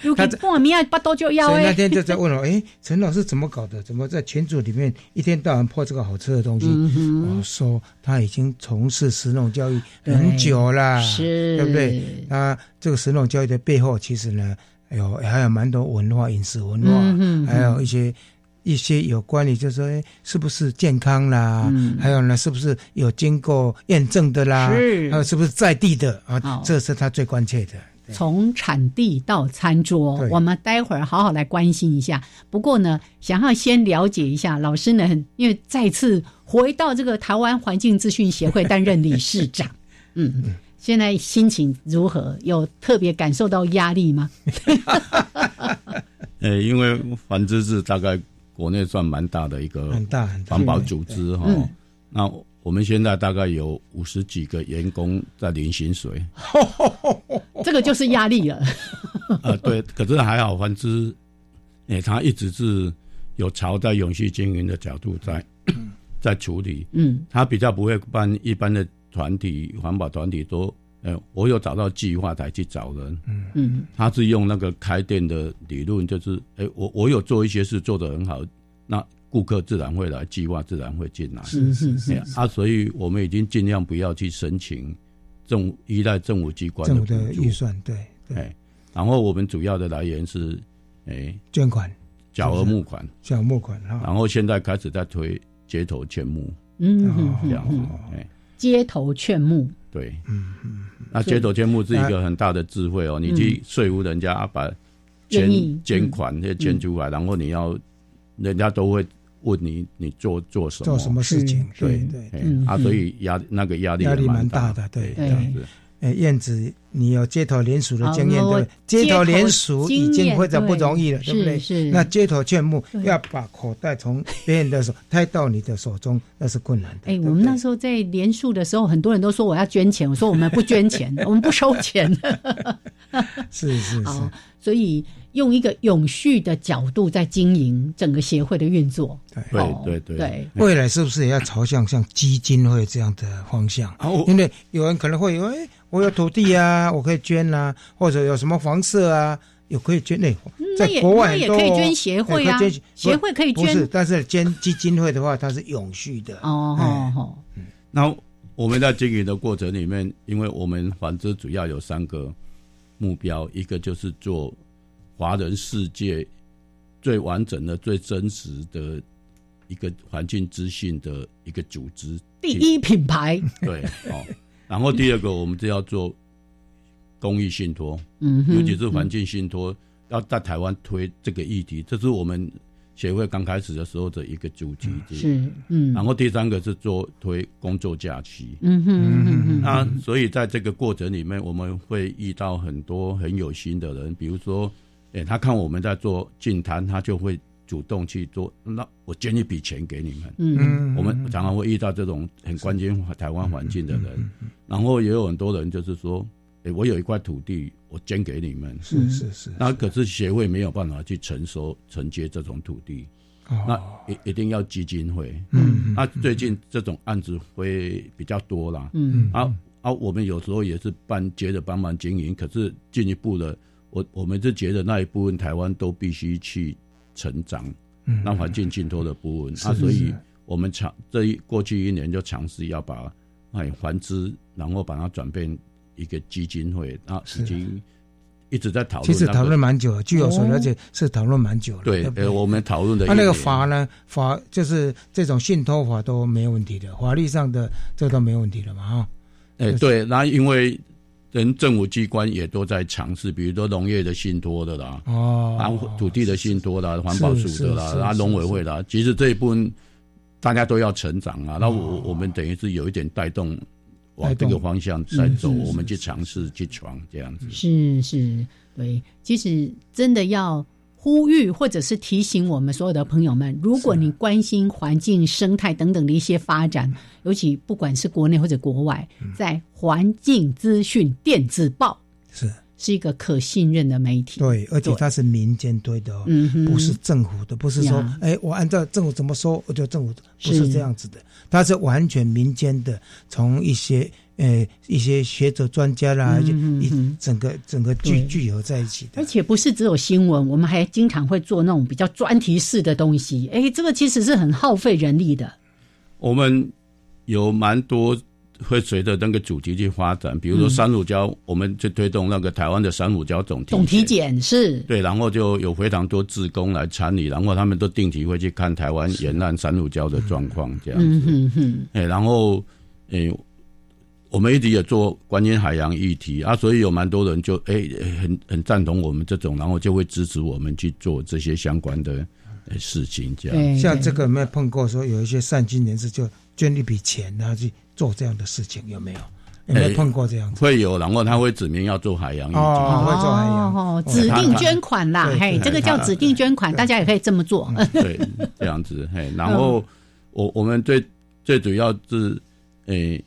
Speaker 2: 如果
Speaker 3: 他这
Speaker 2: 半暝啊巴肚就要
Speaker 3: 所以那
Speaker 2: 哎，
Speaker 3: 天就在问我， 哎，陈老师怎么搞的？怎么在群组里面一天到晚泼这个好吃的东西？
Speaker 2: 嗯
Speaker 3: 我说他已经从事实农教育很久了，
Speaker 2: 是
Speaker 3: 对不对？那这个实农教育的背后，其实呢，有还有蛮多文化、饮食文化，
Speaker 2: 嗯嗯嗯
Speaker 3: 还有一些。一些有关于就是说诶是不是健康啦，
Speaker 2: 嗯
Speaker 3: 还有呢是不是有经过验证的啦，
Speaker 2: 是
Speaker 3: 还有是不是在地的啊
Speaker 2: 好，
Speaker 3: 这是他最关切的。
Speaker 2: 从产地到餐桌
Speaker 3: 对，
Speaker 2: 我们待会儿好好来关心一下。不过呢，想要先了解一下老师呢，很因为再次回到这个台湾环境资讯协 会担任理事长，嗯，现在心情如何？有特别感受到压力吗？
Speaker 6: 呃，因为环知是大概国内算蛮大的一个
Speaker 3: 很大很大
Speaker 6: 环保组织哈、
Speaker 2: 嗯
Speaker 6: 那我们现在大概有五十几个员工在领薪水
Speaker 2: 这个就是压力 了，
Speaker 6: 啊、对，可是还好环知，哎、他一直是有朝在永续经营的角度在在处理，
Speaker 2: 嗯，
Speaker 6: 他比较不会办一般的团体环保团体都，呃，我有找到计划才去找人，
Speaker 2: 嗯，
Speaker 6: 他是用那个开店的理论，就是哎、诶我我有做一些事做得很好，那顾客自然会来，计划自然会进来。
Speaker 2: 是是是
Speaker 6: 诶啊，所以我们已经尽量不要去申请政府依赖政府机关
Speaker 3: 政
Speaker 6: 的
Speaker 3: 府的
Speaker 6: 补助
Speaker 3: 预，算，对
Speaker 6: 哎、
Speaker 3: 对，
Speaker 6: 然后我们主要的来源是哎、诶
Speaker 3: 捐款
Speaker 6: 小额募款，
Speaker 3: 小募款啊，
Speaker 6: 然后现在开始在推街头建募
Speaker 2: 嗯
Speaker 3: 哦
Speaker 2: 嗯
Speaker 6: 这
Speaker 2: 嗯
Speaker 6: 样子
Speaker 2: 嗯，，
Speaker 6: 哎、
Speaker 2: 街头劝募，
Speaker 6: 对，
Speaker 3: 嗯嗯，
Speaker 6: 那街头捐募是一个很大的智慧哦，你去说服人家啊把
Speaker 2: 愿意嗯
Speaker 6: 捐捐款那捐出来，然后你要人家都会问你你做做什么，
Speaker 3: 做什么事情？
Speaker 6: 对
Speaker 3: 对对。
Speaker 6: 哎
Speaker 2: 嗯
Speaker 6: 啊，
Speaker 2: 嗯
Speaker 6: 所以压那个压力
Speaker 3: 压力
Speaker 6: 也
Speaker 3: 蛮大
Speaker 6: 大
Speaker 3: 的对
Speaker 6: 这
Speaker 2: 对
Speaker 6: 样子，
Speaker 3: 哎，燕子，你有街头联署的经验
Speaker 2: 好
Speaker 3: 对
Speaker 2: 我
Speaker 3: 不对？街头联署已
Speaker 2: 经
Speaker 3: 经
Speaker 2: 验
Speaker 3: 非常不容易了，对不对？
Speaker 2: 是是，
Speaker 3: 那街头劝募
Speaker 2: 对
Speaker 3: 要把口袋从别人的手带到你的手中，那是困难的。
Speaker 2: 哎、
Speaker 3: 对不对
Speaker 2: 我们那时候在连署的时候，很多人都说我要捐钱，我说我们不捐 钱，我们不收钱。
Speaker 3: 是是
Speaker 2: 好
Speaker 3: 是，，
Speaker 2: 所以用一个永续的角度在经营整个协会的运作。
Speaker 3: 对。
Speaker 2: 哦
Speaker 6: 对对
Speaker 2: 对
Speaker 6: 对，
Speaker 3: 未来是不是也要朝向像基金会这样的方向？
Speaker 6: 啊我
Speaker 3: 因为有人可能会有，哎，我有土地啊，我可以捐啊，或者有什么房舍啊，有可以捐。哎，
Speaker 2: 嗯那
Speaker 3: 在
Speaker 2: 也
Speaker 3: 国
Speaker 2: 那
Speaker 3: 外
Speaker 2: 也
Speaker 3: 很多
Speaker 2: 可以
Speaker 3: 哦
Speaker 2: 捐协会啊
Speaker 3: 哎可以捐，
Speaker 2: 协会可以
Speaker 3: 不是，
Speaker 2: 捐。
Speaker 3: 但是捐基金会的话，它是永续的。
Speaker 2: 哦
Speaker 3: 哎
Speaker 2: 哦哦，
Speaker 6: 那我们在经营的过程里面，因为我们反之主要有三个目标，一个就是做华人世界最完整的、最真实的一个环境资讯的一个组织，
Speaker 2: 第一品牌，
Speaker 6: 对哦。然后第二个，我们就要做公益信托，
Speaker 2: 嗯哼，
Speaker 6: 尤其是环境信托，要在台湾推这个议题，这是我们协会刚开始的时候的一个主题。
Speaker 2: 嗯是嗯，
Speaker 6: 然后第三个是做推工作假期，
Speaker 2: 嗯哼嗯哼嗯哼
Speaker 6: 那所以在这个过程里面，我们会遇到很多很有心的人，比如说，诶、他看我们在做净坛，他就会主动去做，那我捐一笔钱给你们。
Speaker 2: 嗯
Speaker 6: 我们常常会遇到这种很关心台湾环境的
Speaker 2: 嗯
Speaker 6: 人，然后也有很多人就是说，诶、我有一块土地，我捐给你们。
Speaker 3: 是是是，
Speaker 6: 那可是协会没有办法去承收承接这种土地，那
Speaker 3: 哦，
Speaker 6: 一一定要基金会。
Speaker 3: 嗯
Speaker 6: 那最近这种案子会比较多啦。
Speaker 2: 嗯
Speaker 6: 啊啊，我们有时候也是帮接着帮忙经营，可是进一步的，我我们是觉得那一部分台湾都必须去成长，
Speaker 3: 嗯
Speaker 6: 那环境信托的部分
Speaker 3: 是
Speaker 6: 啊，所以
Speaker 3: 是
Speaker 6: 我们尝这一过去一年就尝试要把哎还资，然后把它转变一个基金会，啊，
Speaker 3: 是
Speaker 6: 已经一直在讨论、
Speaker 3: 其
Speaker 6: 那
Speaker 3: 实
Speaker 6: 个
Speaker 3: 讨论蛮久了，据我所了解
Speaker 2: 哦
Speaker 3: 是讨论蛮久了。
Speaker 6: 对，
Speaker 3: 不
Speaker 6: 呃，我们讨论的
Speaker 3: 那啊那
Speaker 6: 一
Speaker 3: 个
Speaker 6: 年
Speaker 3: 法呢？法就是这种信托法都没有问题的，法律上的这都没有问题了嘛？哈，
Speaker 6: 哎，
Speaker 3: 就是
Speaker 6: 对，那因为人政府机关也都在尝试，比如说农业的信托的啦，啊
Speaker 3: 哦，，
Speaker 6: 土地的信托啦，环保署的
Speaker 3: 是是
Speaker 6: 啦，啊，
Speaker 3: 是
Speaker 6: 农委会啦，其实这一部分大家都要成长啊。那我我们等于是有一点带动往这
Speaker 3: 哦带
Speaker 6: 个
Speaker 3: 动
Speaker 6: 方向在走，
Speaker 3: 嗯是
Speaker 6: 我们
Speaker 3: 是
Speaker 6: 去尝试去闯这样子。
Speaker 2: 是是，对，其实真的要呼吁或者是提醒我们所有的朋友们，如
Speaker 3: 啊
Speaker 2: 果你关心环境、生态等等的一些发展，尤其不管是国内或者国外，
Speaker 3: 嗯
Speaker 2: 在环境资讯电子报
Speaker 3: 是
Speaker 2: 是一个可信任的媒体。
Speaker 3: 对，而且
Speaker 2: 对
Speaker 3: 它是民间推的哦，
Speaker 2: 嗯哼，
Speaker 3: 不是政府的，不是说
Speaker 2: 嗯呀
Speaker 3: 哎，我按照政府怎么说，我就政府不
Speaker 2: 是
Speaker 3: 是这样子的，它是完全民间的，从一些呃一些学者专家啦，就
Speaker 2: 嗯嗯
Speaker 3: 一
Speaker 2: 嗯
Speaker 3: 整个整个聚
Speaker 2: 对
Speaker 3: 聚合在一起的
Speaker 2: 而。且不是只有新闻，我们还经常会做那种比较专题式的东西。哎，这个其实是很耗费人力的。
Speaker 6: 我们有蛮多会随着那个主题去发展，比如
Speaker 3: 嗯
Speaker 6: 说山乳胶，我们去推动那个台湾的山乳胶总体
Speaker 2: 总体
Speaker 6: 检
Speaker 2: 检是，
Speaker 3: 啊
Speaker 6: 对，然后就有非常多志工来参与，然后他们都定期会去看台湾沿岸山乳礁的状况，这样
Speaker 2: 嗯
Speaker 6: 子。
Speaker 2: 哼哼，
Speaker 6: 哎、然后，哎、我们一直也做关心海洋议题啊，所以有蛮多人就哎、哎很很赞同我们这种，然后就会支持我们去做这些相关的、哎事情，这样。
Speaker 2: 对，
Speaker 3: 啊像这
Speaker 2: 对
Speaker 3: 个有没有碰过说有一些善心人士就捐一笔钱，然后去做这样的事情，有没有？有没有
Speaker 6: 哎
Speaker 3: 碰过这样子？
Speaker 6: 会有，然后他会指明要做海洋议题。
Speaker 3: 哦会做海洋
Speaker 2: 哦，指定捐款啦
Speaker 3: 对，对
Speaker 2: 嘿，
Speaker 3: 对
Speaker 2: 这个叫指定捐款，大家也可以这么做。
Speaker 6: 对，这样子，嘿，然
Speaker 2: 嗯
Speaker 6: 后我我们最最主要是，诶、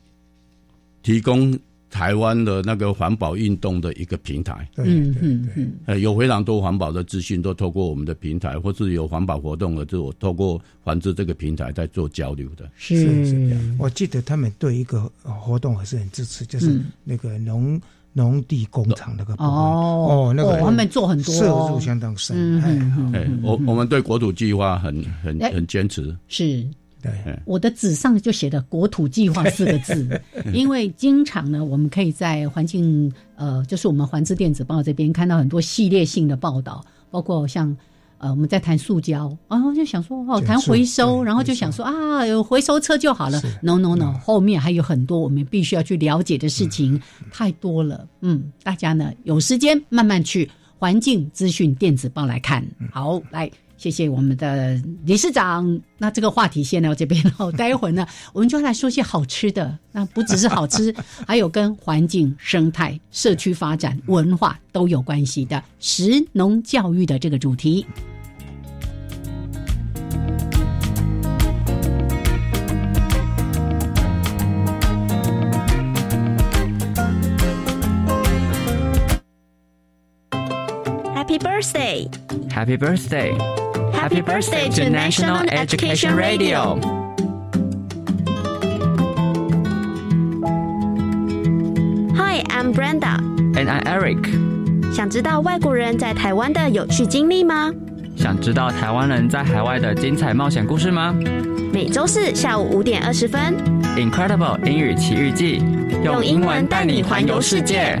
Speaker 6: 提供台湾的那个环保运动的一个平台，
Speaker 3: 对
Speaker 2: 嗯
Speaker 3: 对
Speaker 2: 嗯
Speaker 3: 对，
Speaker 2: 嗯，
Speaker 6: 呃，有非常多环保的资讯都透过我们的平台，或是有环保活动的，就我透过环志这个平台在做交流的。
Speaker 3: 是
Speaker 2: 是，
Speaker 3: 我记得他们对一个呃活动还是很支持，就是
Speaker 2: 嗯
Speaker 3: 那个农农地工厂那个部分
Speaker 2: 哦
Speaker 3: 哦，那个
Speaker 2: 他们做很多
Speaker 3: 摄
Speaker 2: 哦
Speaker 3: 入相当深，
Speaker 2: 嗯
Speaker 3: 哎
Speaker 2: 嗯
Speaker 6: 哎、
Speaker 2: 嗯，
Speaker 6: 我我们对国土计划很很
Speaker 2: 哎
Speaker 6: 很坚持，
Speaker 2: 是
Speaker 3: 对，
Speaker 2: 我的纸上就写的“国土计划”四个字， 因为经常呢，我们可以在环境呃，就是我们环资电子报这边看到很多系列性的报道，包括像呃，我们在谈塑胶，然后就想说哦，
Speaker 3: 减
Speaker 2: 谈
Speaker 3: 塑
Speaker 2: 回收，
Speaker 3: 对
Speaker 2: 然后就
Speaker 3: 回收
Speaker 2: 想说啊，有回收车就好了
Speaker 3: 是。
Speaker 2: No No No，
Speaker 3: 嗯
Speaker 2: 后面还有很多我们必须要去了解的事情，太多了。嗯，大家呢有时间慢慢去环境资讯电子报来看。
Speaker 3: 嗯
Speaker 2: 好，来。谢谢我们的理事长。那这个话题先到这边，然后 待会儿呢，我们就来说些好吃的。那不只是好 吃，还有跟环境、生态、社区发展、文化都有关系的食农教育的这个主题。
Speaker 7: Happy birthday！
Speaker 8: Happy birthday!
Speaker 7: Happy birthday to National Education Radio. 嗨，I'm Brenda。
Speaker 8: And I'm Eric。
Speaker 7: 想知道外国人在台湾的有趣经历吗？
Speaker 8: 想知道台湾人在海外的精彩冒险故事吗
Speaker 7: 每周四下午五点二十分，
Speaker 8: ？Incredible 英语奇遇记，
Speaker 7: 用英文带你环游世界。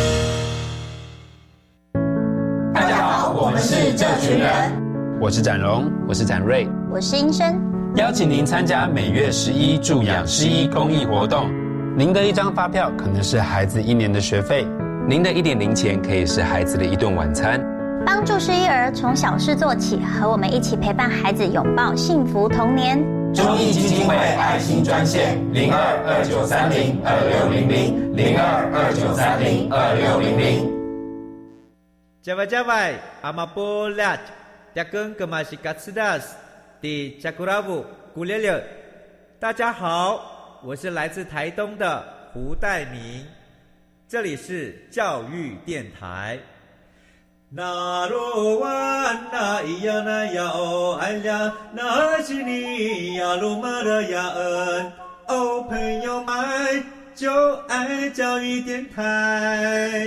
Speaker 9: 我是展荣，我是展瑞，
Speaker 4: 我是医生，
Speaker 9: 邀请您参加每月十一助养十一公益活动。您的一张发票可能是孩子一年的学费，您的一点零钱可以是孩子的一顿晚餐。
Speaker 4: 帮助失一儿从小事做起，和我们一起陪伴孩子拥抱幸福童年。
Speaker 9: 中义基金会爱心专线零二二九三零二六零零零二二九三零二六零零。
Speaker 10: Java Java Amapolat Dakun Kamashikatsudas d Jakuravu g u l e l 大家好，我是来自台东的胡代明，这里是教育电台。那罗哇那咿呀那呀哦哎呀，那是你呀鲁玛的呀恩哦，朋友们就爱教育电台。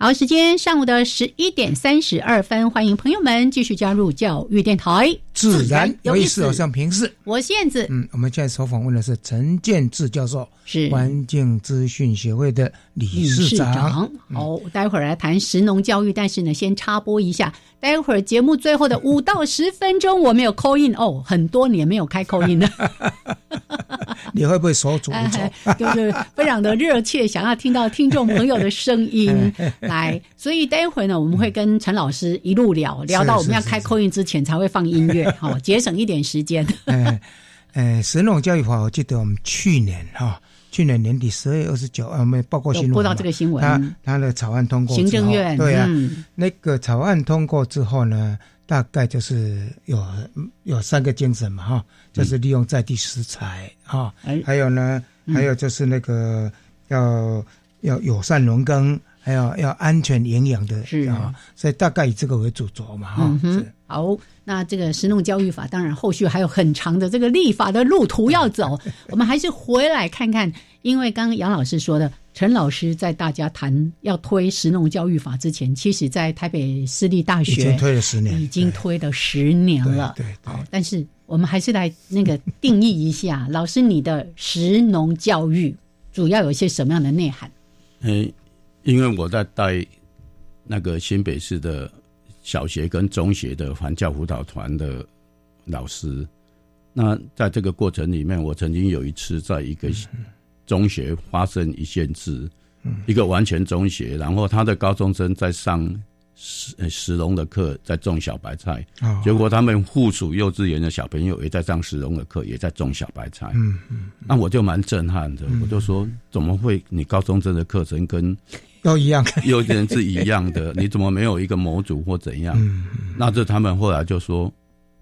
Speaker 2: 好，时间上午的十一点三十二分，欢迎朋友们继续加入教育电台，
Speaker 3: 自然有意思，
Speaker 2: 有
Speaker 3: 我上平视。
Speaker 2: 我是燕子，
Speaker 3: 嗯，我们现在所访问的是陈建志教授，
Speaker 2: 是
Speaker 3: 环境资讯协会的理
Speaker 2: 理
Speaker 3: 事
Speaker 2: 事
Speaker 3: 长。嗯
Speaker 2: 长。好，待会儿来谈食农教育，但是呢，先插播一下，待会儿节目最后的五到十分钟，我们有 call in 哦，很多年没有开 call in 了，
Speaker 3: 你会不会手足无措？
Speaker 2: 哎 就是非常的热切，想要听到听众朋友的声 音来。所以待会儿呢，我们会跟陈老师一路聊聊到我们要开 call in 之前才会放音 乐，好，节省一点时间。
Speaker 3: 哎，呃，神农教育法，我记得我们去年哈、去年年底十二月二十九，呃我们报过新闻
Speaker 2: 有
Speaker 3: 嘛，
Speaker 2: 播到这个新闻
Speaker 3: 他他的草案通过之
Speaker 2: 行政
Speaker 3: 后，
Speaker 2: 院
Speaker 3: 对啊、
Speaker 2: 嗯
Speaker 3: 那个草案通过之后呢，大概就是有有三个精神嘛，哈，
Speaker 2: 嗯
Speaker 3: 就是利用在地食材，哈、
Speaker 2: 哎
Speaker 3: 还有呢，还有就是那个要要友善农耕，还有要安全营养的，
Speaker 2: 是
Speaker 3: 啊，所以大概以这个为主轴嘛，哈、
Speaker 2: 嗯哼
Speaker 3: 是，
Speaker 2: 好，那这个实弄教育法，当然后续还有很长的这个立法的路途要 走。我们还是回来看看，因为刚刚杨老师说的，陈老师在大家谈要推实弄教育法之前，其实在台北私立大
Speaker 3: 已经
Speaker 2: 学
Speaker 3: 推了十年，
Speaker 2: 已经推了十年
Speaker 3: 对
Speaker 2: 了。
Speaker 3: 对对对
Speaker 2: 好，但是我们还是来那个定义一下， 老师你的实农教育主要有一些什么样的内涵？
Speaker 6: 嗯，因为我在带那个新北市的小学跟中学的环教辅导团的老师，那在这个过程里面，我曾经有一次在一个
Speaker 3: 嗯
Speaker 6: 中学发生一件事，一个完全中学，然后他的高中生在上石呃石龙的课，在种小白菜，
Speaker 3: 哦
Speaker 6: 结果他们附属幼稚园的小朋友也在上石龙的课，也在种小白菜，
Speaker 3: 嗯嗯，
Speaker 6: 那我就蛮震撼的，我就说怎么会你高中生的课程跟
Speaker 3: 都一样，
Speaker 6: 幼稚园是啊一样的，你怎么没有一个模组或怎样？
Speaker 3: 嗯
Speaker 6: 那这他们后来就说，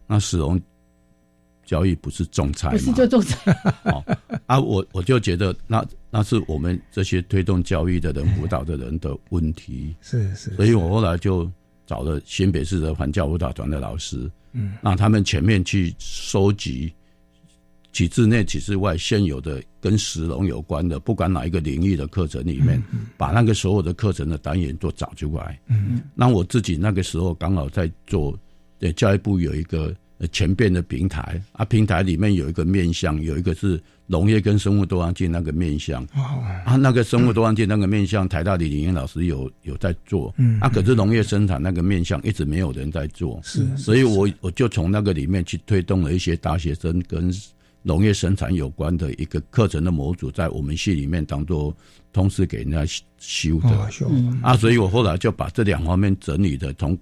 Speaker 6: 那史荣交易不是仲裁
Speaker 2: 不是
Speaker 6: 嘛？
Speaker 2: 就种菜？
Speaker 6: 哦啊，我我就觉得那那是我们这些推动教育的人、辅导的人的问题，
Speaker 3: 是是，
Speaker 6: 所以我后来就找了新北市的环教舞蹈团的老师，
Speaker 3: 嗯，
Speaker 6: 让他们全面去收集体制内、体制外现有的跟石龙有关的，不管哪一个领域的课程里面，把那个所有的课程的单元都找出来。
Speaker 3: 嗯，
Speaker 6: 那我自己那个时候刚好在做，呃，教育部有一个呃全变的平台啊，平台里面有一个面向，有一个是农业跟生物多样性那个面向
Speaker 3: 哦，
Speaker 6: 啊，那个生物多样性那个面向，台大李林燕老师有有在做，
Speaker 3: 嗯
Speaker 6: 啊，可是农业生产那个面向一直没有人在做，
Speaker 3: 是是
Speaker 6: 所以我我就从那个里面去推动了一些大学生跟。农业生产有关的一个课程的模组，在我们系里面当做通识给人家修的，
Speaker 3: 哦，修，
Speaker 2: 嗯
Speaker 6: 啊，所以我后来就把这两方面整理的，从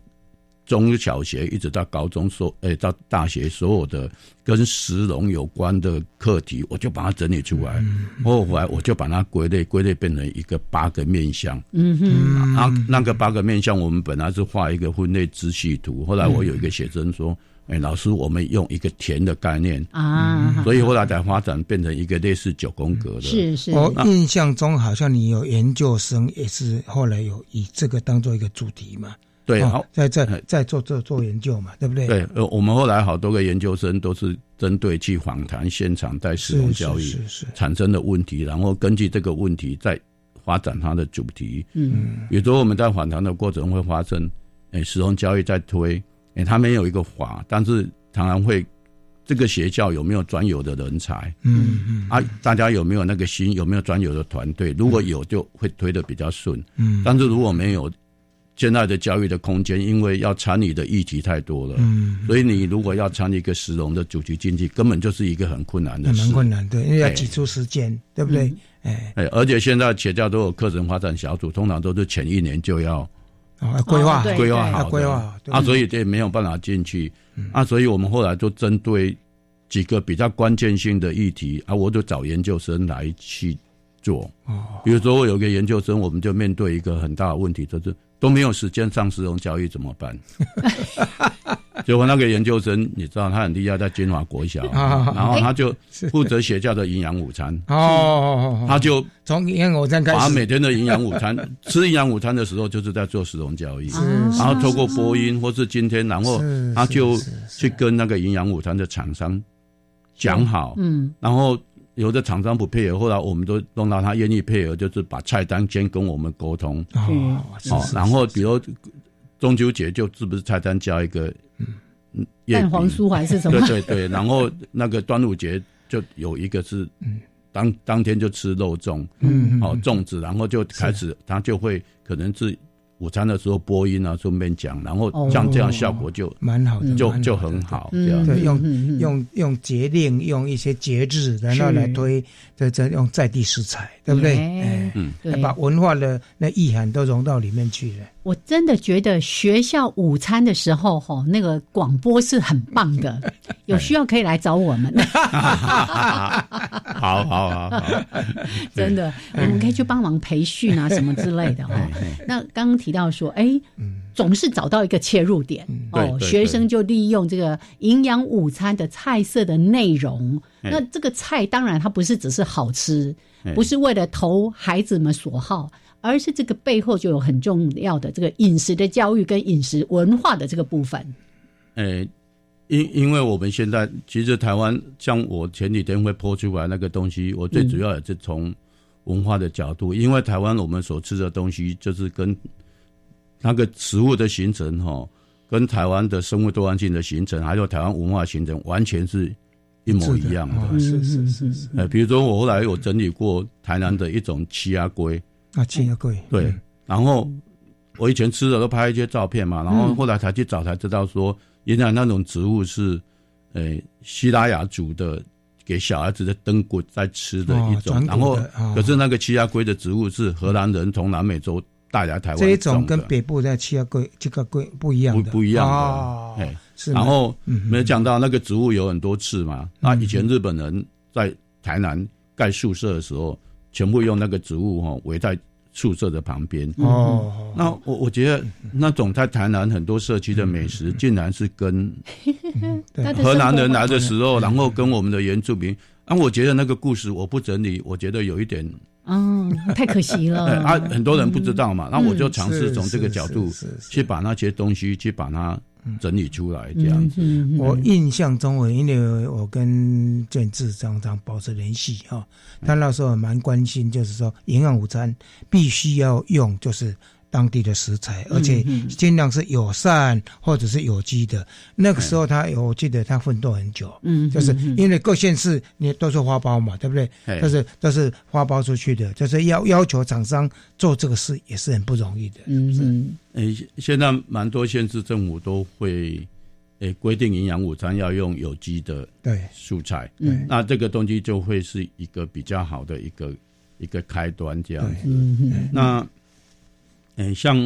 Speaker 6: 中小学一直到高中所，诶、到大学所有的跟石龙有关的课题，我就把它整理出来。后来我就把它归类，归类变成一个八个面向。
Speaker 2: 嗯哼，
Speaker 6: 啊，那个八个面向，我们本来是画一个分类支系图，后来我有一个学生说：“哎、老师，我们用一个田的概念。”
Speaker 3: 嗯
Speaker 2: 啊，
Speaker 6: 所以后来才发展变成一个类似九宫格的。
Speaker 2: 是是，
Speaker 3: 我印象中好像你有研究生也是后来有以这个当做一个主题嘛，
Speaker 6: 对，
Speaker 3: 哦
Speaker 6: 好，
Speaker 3: 在在
Speaker 6: 哎
Speaker 3: 在做做做研究嘛，对不对？
Speaker 6: 对，呃，我们后来好多个研究生都是针对去访谈现场在使用
Speaker 3: 是
Speaker 6: 教
Speaker 3: 是
Speaker 6: 育
Speaker 3: 是是，
Speaker 6: 产生的问题，然后根据这个问题再发展它的主题。
Speaker 2: 嗯
Speaker 6: 比如说我们在访谈的过程会发生，哎，使用教育在推，哎，它没有一个法，但是常常会这个学校有没有专有的人才
Speaker 3: 嗯嗯
Speaker 6: 啊？大家有没有那个心？有没有专有的团队？如果有，就会推的比较顺。
Speaker 3: 嗯
Speaker 6: 但是如果没有，现在的教育的空间，因为要参与的议题太多了，
Speaker 3: 嗯，
Speaker 6: 所以你如果要参与一个石龙的主题经济，根本就是一个很困难的
Speaker 3: 那
Speaker 6: 事
Speaker 3: 蛮。嗯困难的，因为要
Speaker 6: 哎
Speaker 3: 挤出时间，对不对？哎，
Speaker 6: 哎，而且现在学校都有课程发展小组，通常都是前一年就要
Speaker 3: 哦，规划
Speaker 2: 对
Speaker 6: 嗯规划好
Speaker 3: 要
Speaker 6: 的，
Speaker 3: 规划好对嗯
Speaker 6: 啊，所以这没有办法进去啊，所以我们后来就针对几个比较关键性的议题啊，我就找研究生来去做。
Speaker 3: 哦，
Speaker 6: 比如说，我有个研究生，我们就面对一个很大的问题，就是都没有时间上市容交易怎么 办？结果那个研究生，你知道他很厉害，在金华国小，
Speaker 3: 啊
Speaker 6: 然后他就是负责学校的营养午餐，
Speaker 3: 哦哦，哦
Speaker 6: 他就
Speaker 3: 从烟火站开
Speaker 6: 把
Speaker 3: 始，
Speaker 6: 每天的营养午餐吃营养午餐的时候，就是在做市容交易，
Speaker 2: 啊
Speaker 3: 是
Speaker 6: 嗯然后透过播音或是今天，然后
Speaker 3: 是
Speaker 6: 他就是
Speaker 3: 是
Speaker 6: 去跟那个营养午餐的厂商讲好，
Speaker 2: 嗯
Speaker 6: 然后有的厂商不配合，后来我们都弄到他愿意配合，就是把菜单先跟我们沟通，
Speaker 2: 嗯
Speaker 3: 哦，是
Speaker 6: 哦，
Speaker 3: 是
Speaker 6: 然后比如中秋节就是不是菜单加一个嗯月
Speaker 2: 蛋黄
Speaker 6: 饼
Speaker 2: 酥还是什么
Speaker 6: 对？对对，然后那个端午节就有一个是
Speaker 3: 嗯
Speaker 6: 当当天就吃肉粽，
Speaker 3: 嗯嗯
Speaker 6: 哦
Speaker 3: 嗯
Speaker 6: 粽子，然后就开始他就会可能是午餐的时候播音啊，顺便讲，然后
Speaker 2: 哦
Speaker 6: 像这样效果就
Speaker 3: 蛮好的，
Speaker 6: 就
Speaker 3: 蛮
Speaker 6: 就
Speaker 3: 好的
Speaker 6: 很好，
Speaker 2: 嗯
Speaker 6: 这样
Speaker 3: 对，用
Speaker 2: 嗯嗯
Speaker 3: 用用节令，用一些节日，然后来推，这这用在地食材，对不对？
Speaker 2: 哎
Speaker 3: 哎，
Speaker 6: 嗯
Speaker 2: 对，
Speaker 3: 把文化的那意涵都融到里面去了。
Speaker 2: 我真的觉得学校午餐的时候，吼，那个广播是很棒 的，有需要可以来找我们，
Speaker 6: 好好好
Speaker 3: 嗯
Speaker 6: 好，
Speaker 2: 真的，我们可以去帮忙培训啊，什么之类的，哈。那刚刚提到说，哎，
Speaker 3: 嗯
Speaker 2: 总是找到一个切入点
Speaker 6: 对
Speaker 2: 哦
Speaker 6: 对，对
Speaker 2: 学生就利用这个营养午餐的菜色的内容。
Speaker 6: 哎
Speaker 2: 那这个菜当然它不是只是好吃，
Speaker 6: 哎
Speaker 2: 不是为了投孩子们所好，而是这个背后就有很重要的这个饮食的教育跟饮食文化的这个部分。
Speaker 6: 诶，因因为我们现在其实台湾，像我前几天会抛出来那个东西，我
Speaker 3: 嗯
Speaker 6: 最主要也是从文化的角度，因为台湾我们所吃的东西就是跟那个食物的形成哈、哦，跟台湾的生物多样性的形成，还有台湾文化形成，完全是一模一样的。
Speaker 3: 是的哦是是是是，
Speaker 6: 呃，比如说我后来有整理过台南的一种奇亚龟，
Speaker 3: 啊，亲爱各位，
Speaker 6: 对，
Speaker 3: 嗯
Speaker 6: 然后我以前吃的都拍一些照片嘛，然后
Speaker 3: 嗯
Speaker 6: 后来才去找才知道说，原来那种植物是，呃，希拉雅族的给小孩子的灯骨在吃的一种，
Speaker 3: 哦转
Speaker 6: 然
Speaker 3: 骨
Speaker 6: 后
Speaker 3: 的哦
Speaker 6: 可是那个奇亚龟的植物是荷兰人从南美洲带来台湾
Speaker 3: 这一
Speaker 6: 种
Speaker 3: 种
Speaker 6: 的
Speaker 3: 跟北部的七个贵这个贵不一样的，
Speaker 6: 不不一样的
Speaker 3: 哦
Speaker 6: 哎
Speaker 3: 是吗。
Speaker 6: 然后
Speaker 3: 嗯嗯
Speaker 6: 没有讲到那个植物有很多刺嘛，那以前日本人在台南盖宿舍的时候，全部用那个植物哈围在宿舍的旁边，
Speaker 3: 哦，
Speaker 6: 那我我觉得那种在台南很多社区的美食，竟然是跟
Speaker 3: 嗯对
Speaker 2: 它的
Speaker 6: 荷
Speaker 2: 生
Speaker 6: 兰
Speaker 2: 活
Speaker 6: 人
Speaker 2: 化
Speaker 6: 来的时候，然后跟我们的原住民。啊，我觉得那个故事我不整理，我觉得有一点
Speaker 2: 嗯，太可惜了
Speaker 6: 啊，很多人不知道嘛，那我就
Speaker 2: 嗯
Speaker 6: 尝试
Speaker 3: 嗯是
Speaker 6: 从这个
Speaker 3: 是
Speaker 6: 角
Speaker 3: 是
Speaker 6: 度
Speaker 3: 是嗯
Speaker 6: 去把那些东西去把它整理出来，这样子。
Speaker 2: 嗯
Speaker 3: 我印象中，我因为我跟建志常常保持联系哈、
Speaker 6: 嗯
Speaker 3: 他那时候蛮关心，就是说营养午餐必须要用就是当地的食材，而
Speaker 6: 嗯
Speaker 3: 且
Speaker 2: 嗯
Speaker 3: 尽量是友善或者是有机的。那个
Speaker 6: 哎
Speaker 3: 时候他有，我记得他奋斗很久，
Speaker 2: 嗯
Speaker 3: 就是因为各县市你都是花包嘛，对不对？
Speaker 6: 哎
Speaker 3: 都是都是花包出去的，就是要要求厂商做这个事也是很不容易的。
Speaker 2: 嗯嗯
Speaker 6: 诶，哎现在蛮多县市政府都会诶规定营养午餐要用有机的
Speaker 3: 对
Speaker 6: 蔬菜，
Speaker 2: 嗯
Speaker 6: 那这个东西就会是一个比较好的一个一个开端这样子。
Speaker 2: 嗯
Speaker 6: 那诶，像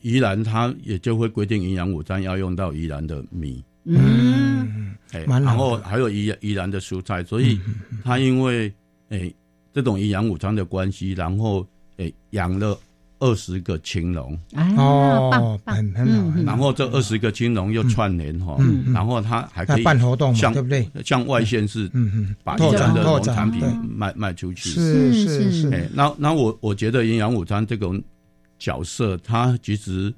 Speaker 6: 宜兰，它也就会规定营养午餐要用到宜兰的米，
Speaker 2: 嗯
Speaker 6: 哎，
Speaker 3: 蛮好
Speaker 6: 然
Speaker 3: 的嗯
Speaker 6: 后还有宜宜兰的蔬菜，所以它因为哎这种营养午餐的关系，然后哎养了二十个青龙，
Speaker 2: 啊，
Speaker 3: 哦
Speaker 2: 棒，棒，
Speaker 3: 很很好
Speaker 2: 嗯
Speaker 3: 很
Speaker 6: 然后这二十个青龙又串联哈
Speaker 3: 嗯，
Speaker 6: 然后它还可
Speaker 3: 那
Speaker 6: 以
Speaker 3: 办活动嘛，
Speaker 6: 像
Speaker 3: 对不对？
Speaker 6: 像外县市
Speaker 3: 嗯嗯，
Speaker 6: 把
Speaker 3: 拓
Speaker 6: 宜兰
Speaker 3: 展
Speaker 6: 的
Speaker 3: 拓
Speaker 6: 农
Speaker 3: 展
Speaker 6: 产品
Speaker 3: 对
Speaker 6: 卖卖出去，
Speaker 3: 是
Speaker 2: 是
Speaker 3: 是
Speaker 2: 是
Speaker 6: 哎
Speaker 3: 是，，
Speaker 6: 那那我我觉得营养午餐这种角色，它其实，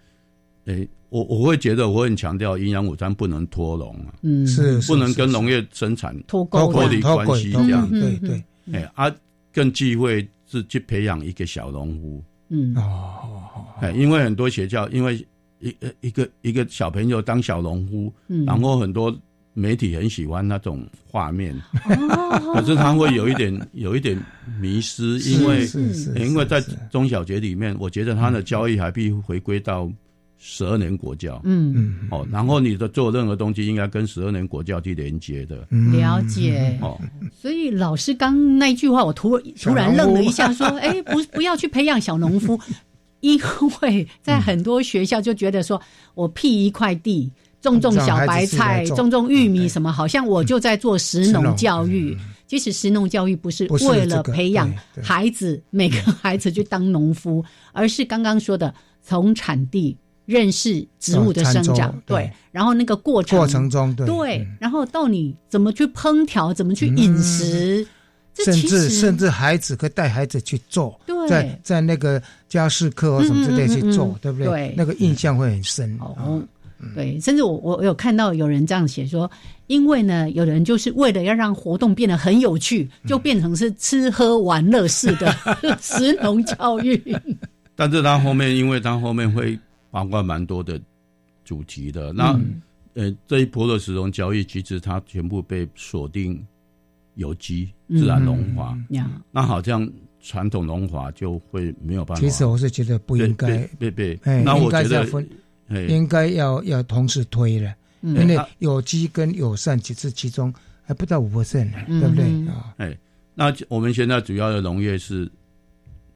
Speaker 6: 哎，我我会觉得我很强调营养午餐不能脱笼啊，
Speaker 2: 嗯
Speaker 3: 是
Speaker 6: 不能跟农业生产，
Speaker 2: 脱
Speaker 3: 脱
Speaker 2: 钩
Speaker 6: 脱
Speaker 2: 的
Speaker 6: 离
Speaker 3: 轨脱
Speaker 6: 关
Speaker 3: 轨
Speaker 6: 系
Speaker 3: 脱
Speaker 2: 음,
Speaker 6: 这
Speaker 3: 轨
Speaker 6: 样，
Speaker 3: 对
Speaker 2: 嗯嗯
Speaker 3: 对
Speaker 6: 哎啊，更忌讳是去培养一个小农户，
Speaker 3: 음.
Speaker 2: 嗯
Speaker 3: 哦，
Speaker 6: 哎，因为很多学校，因为一呃一个一个小朋友当小农户，
Speaker 2: 嗯，
Speaker 6: 然后很多媒体很喜欢那种画面，
Speaker 2: 哦
Speaker 6: 可是他会有一点有一点迷失，
Speaker 3: 是
Speaker 6: 因为。
Speaker 3: 是是
Speaker 6: 因为在
Speaker 3: 是是
Speaker 6: 中小学里面，我觉得它的教育还必须回归到十二年国教、
Speaker 2: 嗯
Speaker 3: 嗯
Speaker 6: 哦，然后你的做任何东西应该跟十二年国教去连接的
Speaker 3: 嗯
Speaker 2: 了解，
Speaker 6: 哦。
Speaker 2: 所以老师刚那一句话，我突突然愣了一下， 说：“哎，不，不要去培养小农夫， 因为在很多学校就觉得说，我辟一块地，种种小白菜，
Speaker 3: 让孩子自己来种
Speaker 2: 种种玉米什么，好像我就在做食农教育。
Speaker 3: 嗯
Speaker 2: 其实食农教育不是
Speaker 3: 不是
Speaker 2: 为
Speaker 3: 这
Speaker 2: 了
Speaker 3: 个
Speaker 2: 培养
Speaker 3: 对对
Speaker 2: 孩子每个孩子去当农夫，而是刚刚说的从产地认识植物的
Speaker 3: 哦
Speaker 2: 生
Speaker 3: 餐桌
Speaker 2: 长，
Speaker 3: 对
Speaker 2: 对，然后那个过程
Speaker 3: 过程中对
Speaker 2: 对
Speaker 3: 嗯，
Speaker 2: 然后到你怎么去烹调，怎么去饮食，这
Speaker 3: 甚
Speaker 2: 其实
Speaker 3: 至甚至孩子可以带孩子去做，
Speaker 2: 对
Speaker 3: 在在那个家事课或什么之类去做，
Speaker 2: 嗯嗯嗯嗯
Speaker 3: 对不
Speaker 2: 对
Speaker 3: 那个印象会很深。啊
Speaker 2: 哦，
Speaker 6: 嗯
Speaker 2: 对，甚至我我有看到有人这样写说，因为呢，有人就是为了要让活动变得很有趣，就变成是吃喝玩乐式的食农教育。
Speaker 6: 但是它后面，因为它后面会包括蛮多的主题的。那、
Speaker 3: 嗯
Speaker 6: 呃，这一波的石农交易，其实它全部被锁定有机
Speaker 3: 嗯
Speaker 6: 自然农法，
Speaker 2: 呀，
Speaker 6: 那好像传统农法就会没有办法。
Speaker 3: 其实我是觉得不应该
Speaker 6: 被，被被
Speaker 3: 哎
Speaker 6: 被，那我
Speaker 3: 应该
Speaker 6: 觉
Speaker 3: 是要
Speaker 6: 得
Speaker 3: 分，
Speaker 6: 哎
Speaker 3: 应该要要同时推了，
Speaker 2: 嗯
Speaker 3: 因为
Speaker 6: 啊
Speaker 3: 有机跟友善其实其中还不到五 percent，
Speaker 2: 嗯
Speaker 3: 对不对
Speaker 2: 嗯
Speaker 3: 啊？
Speaker 6: 那我们现在主要的农业是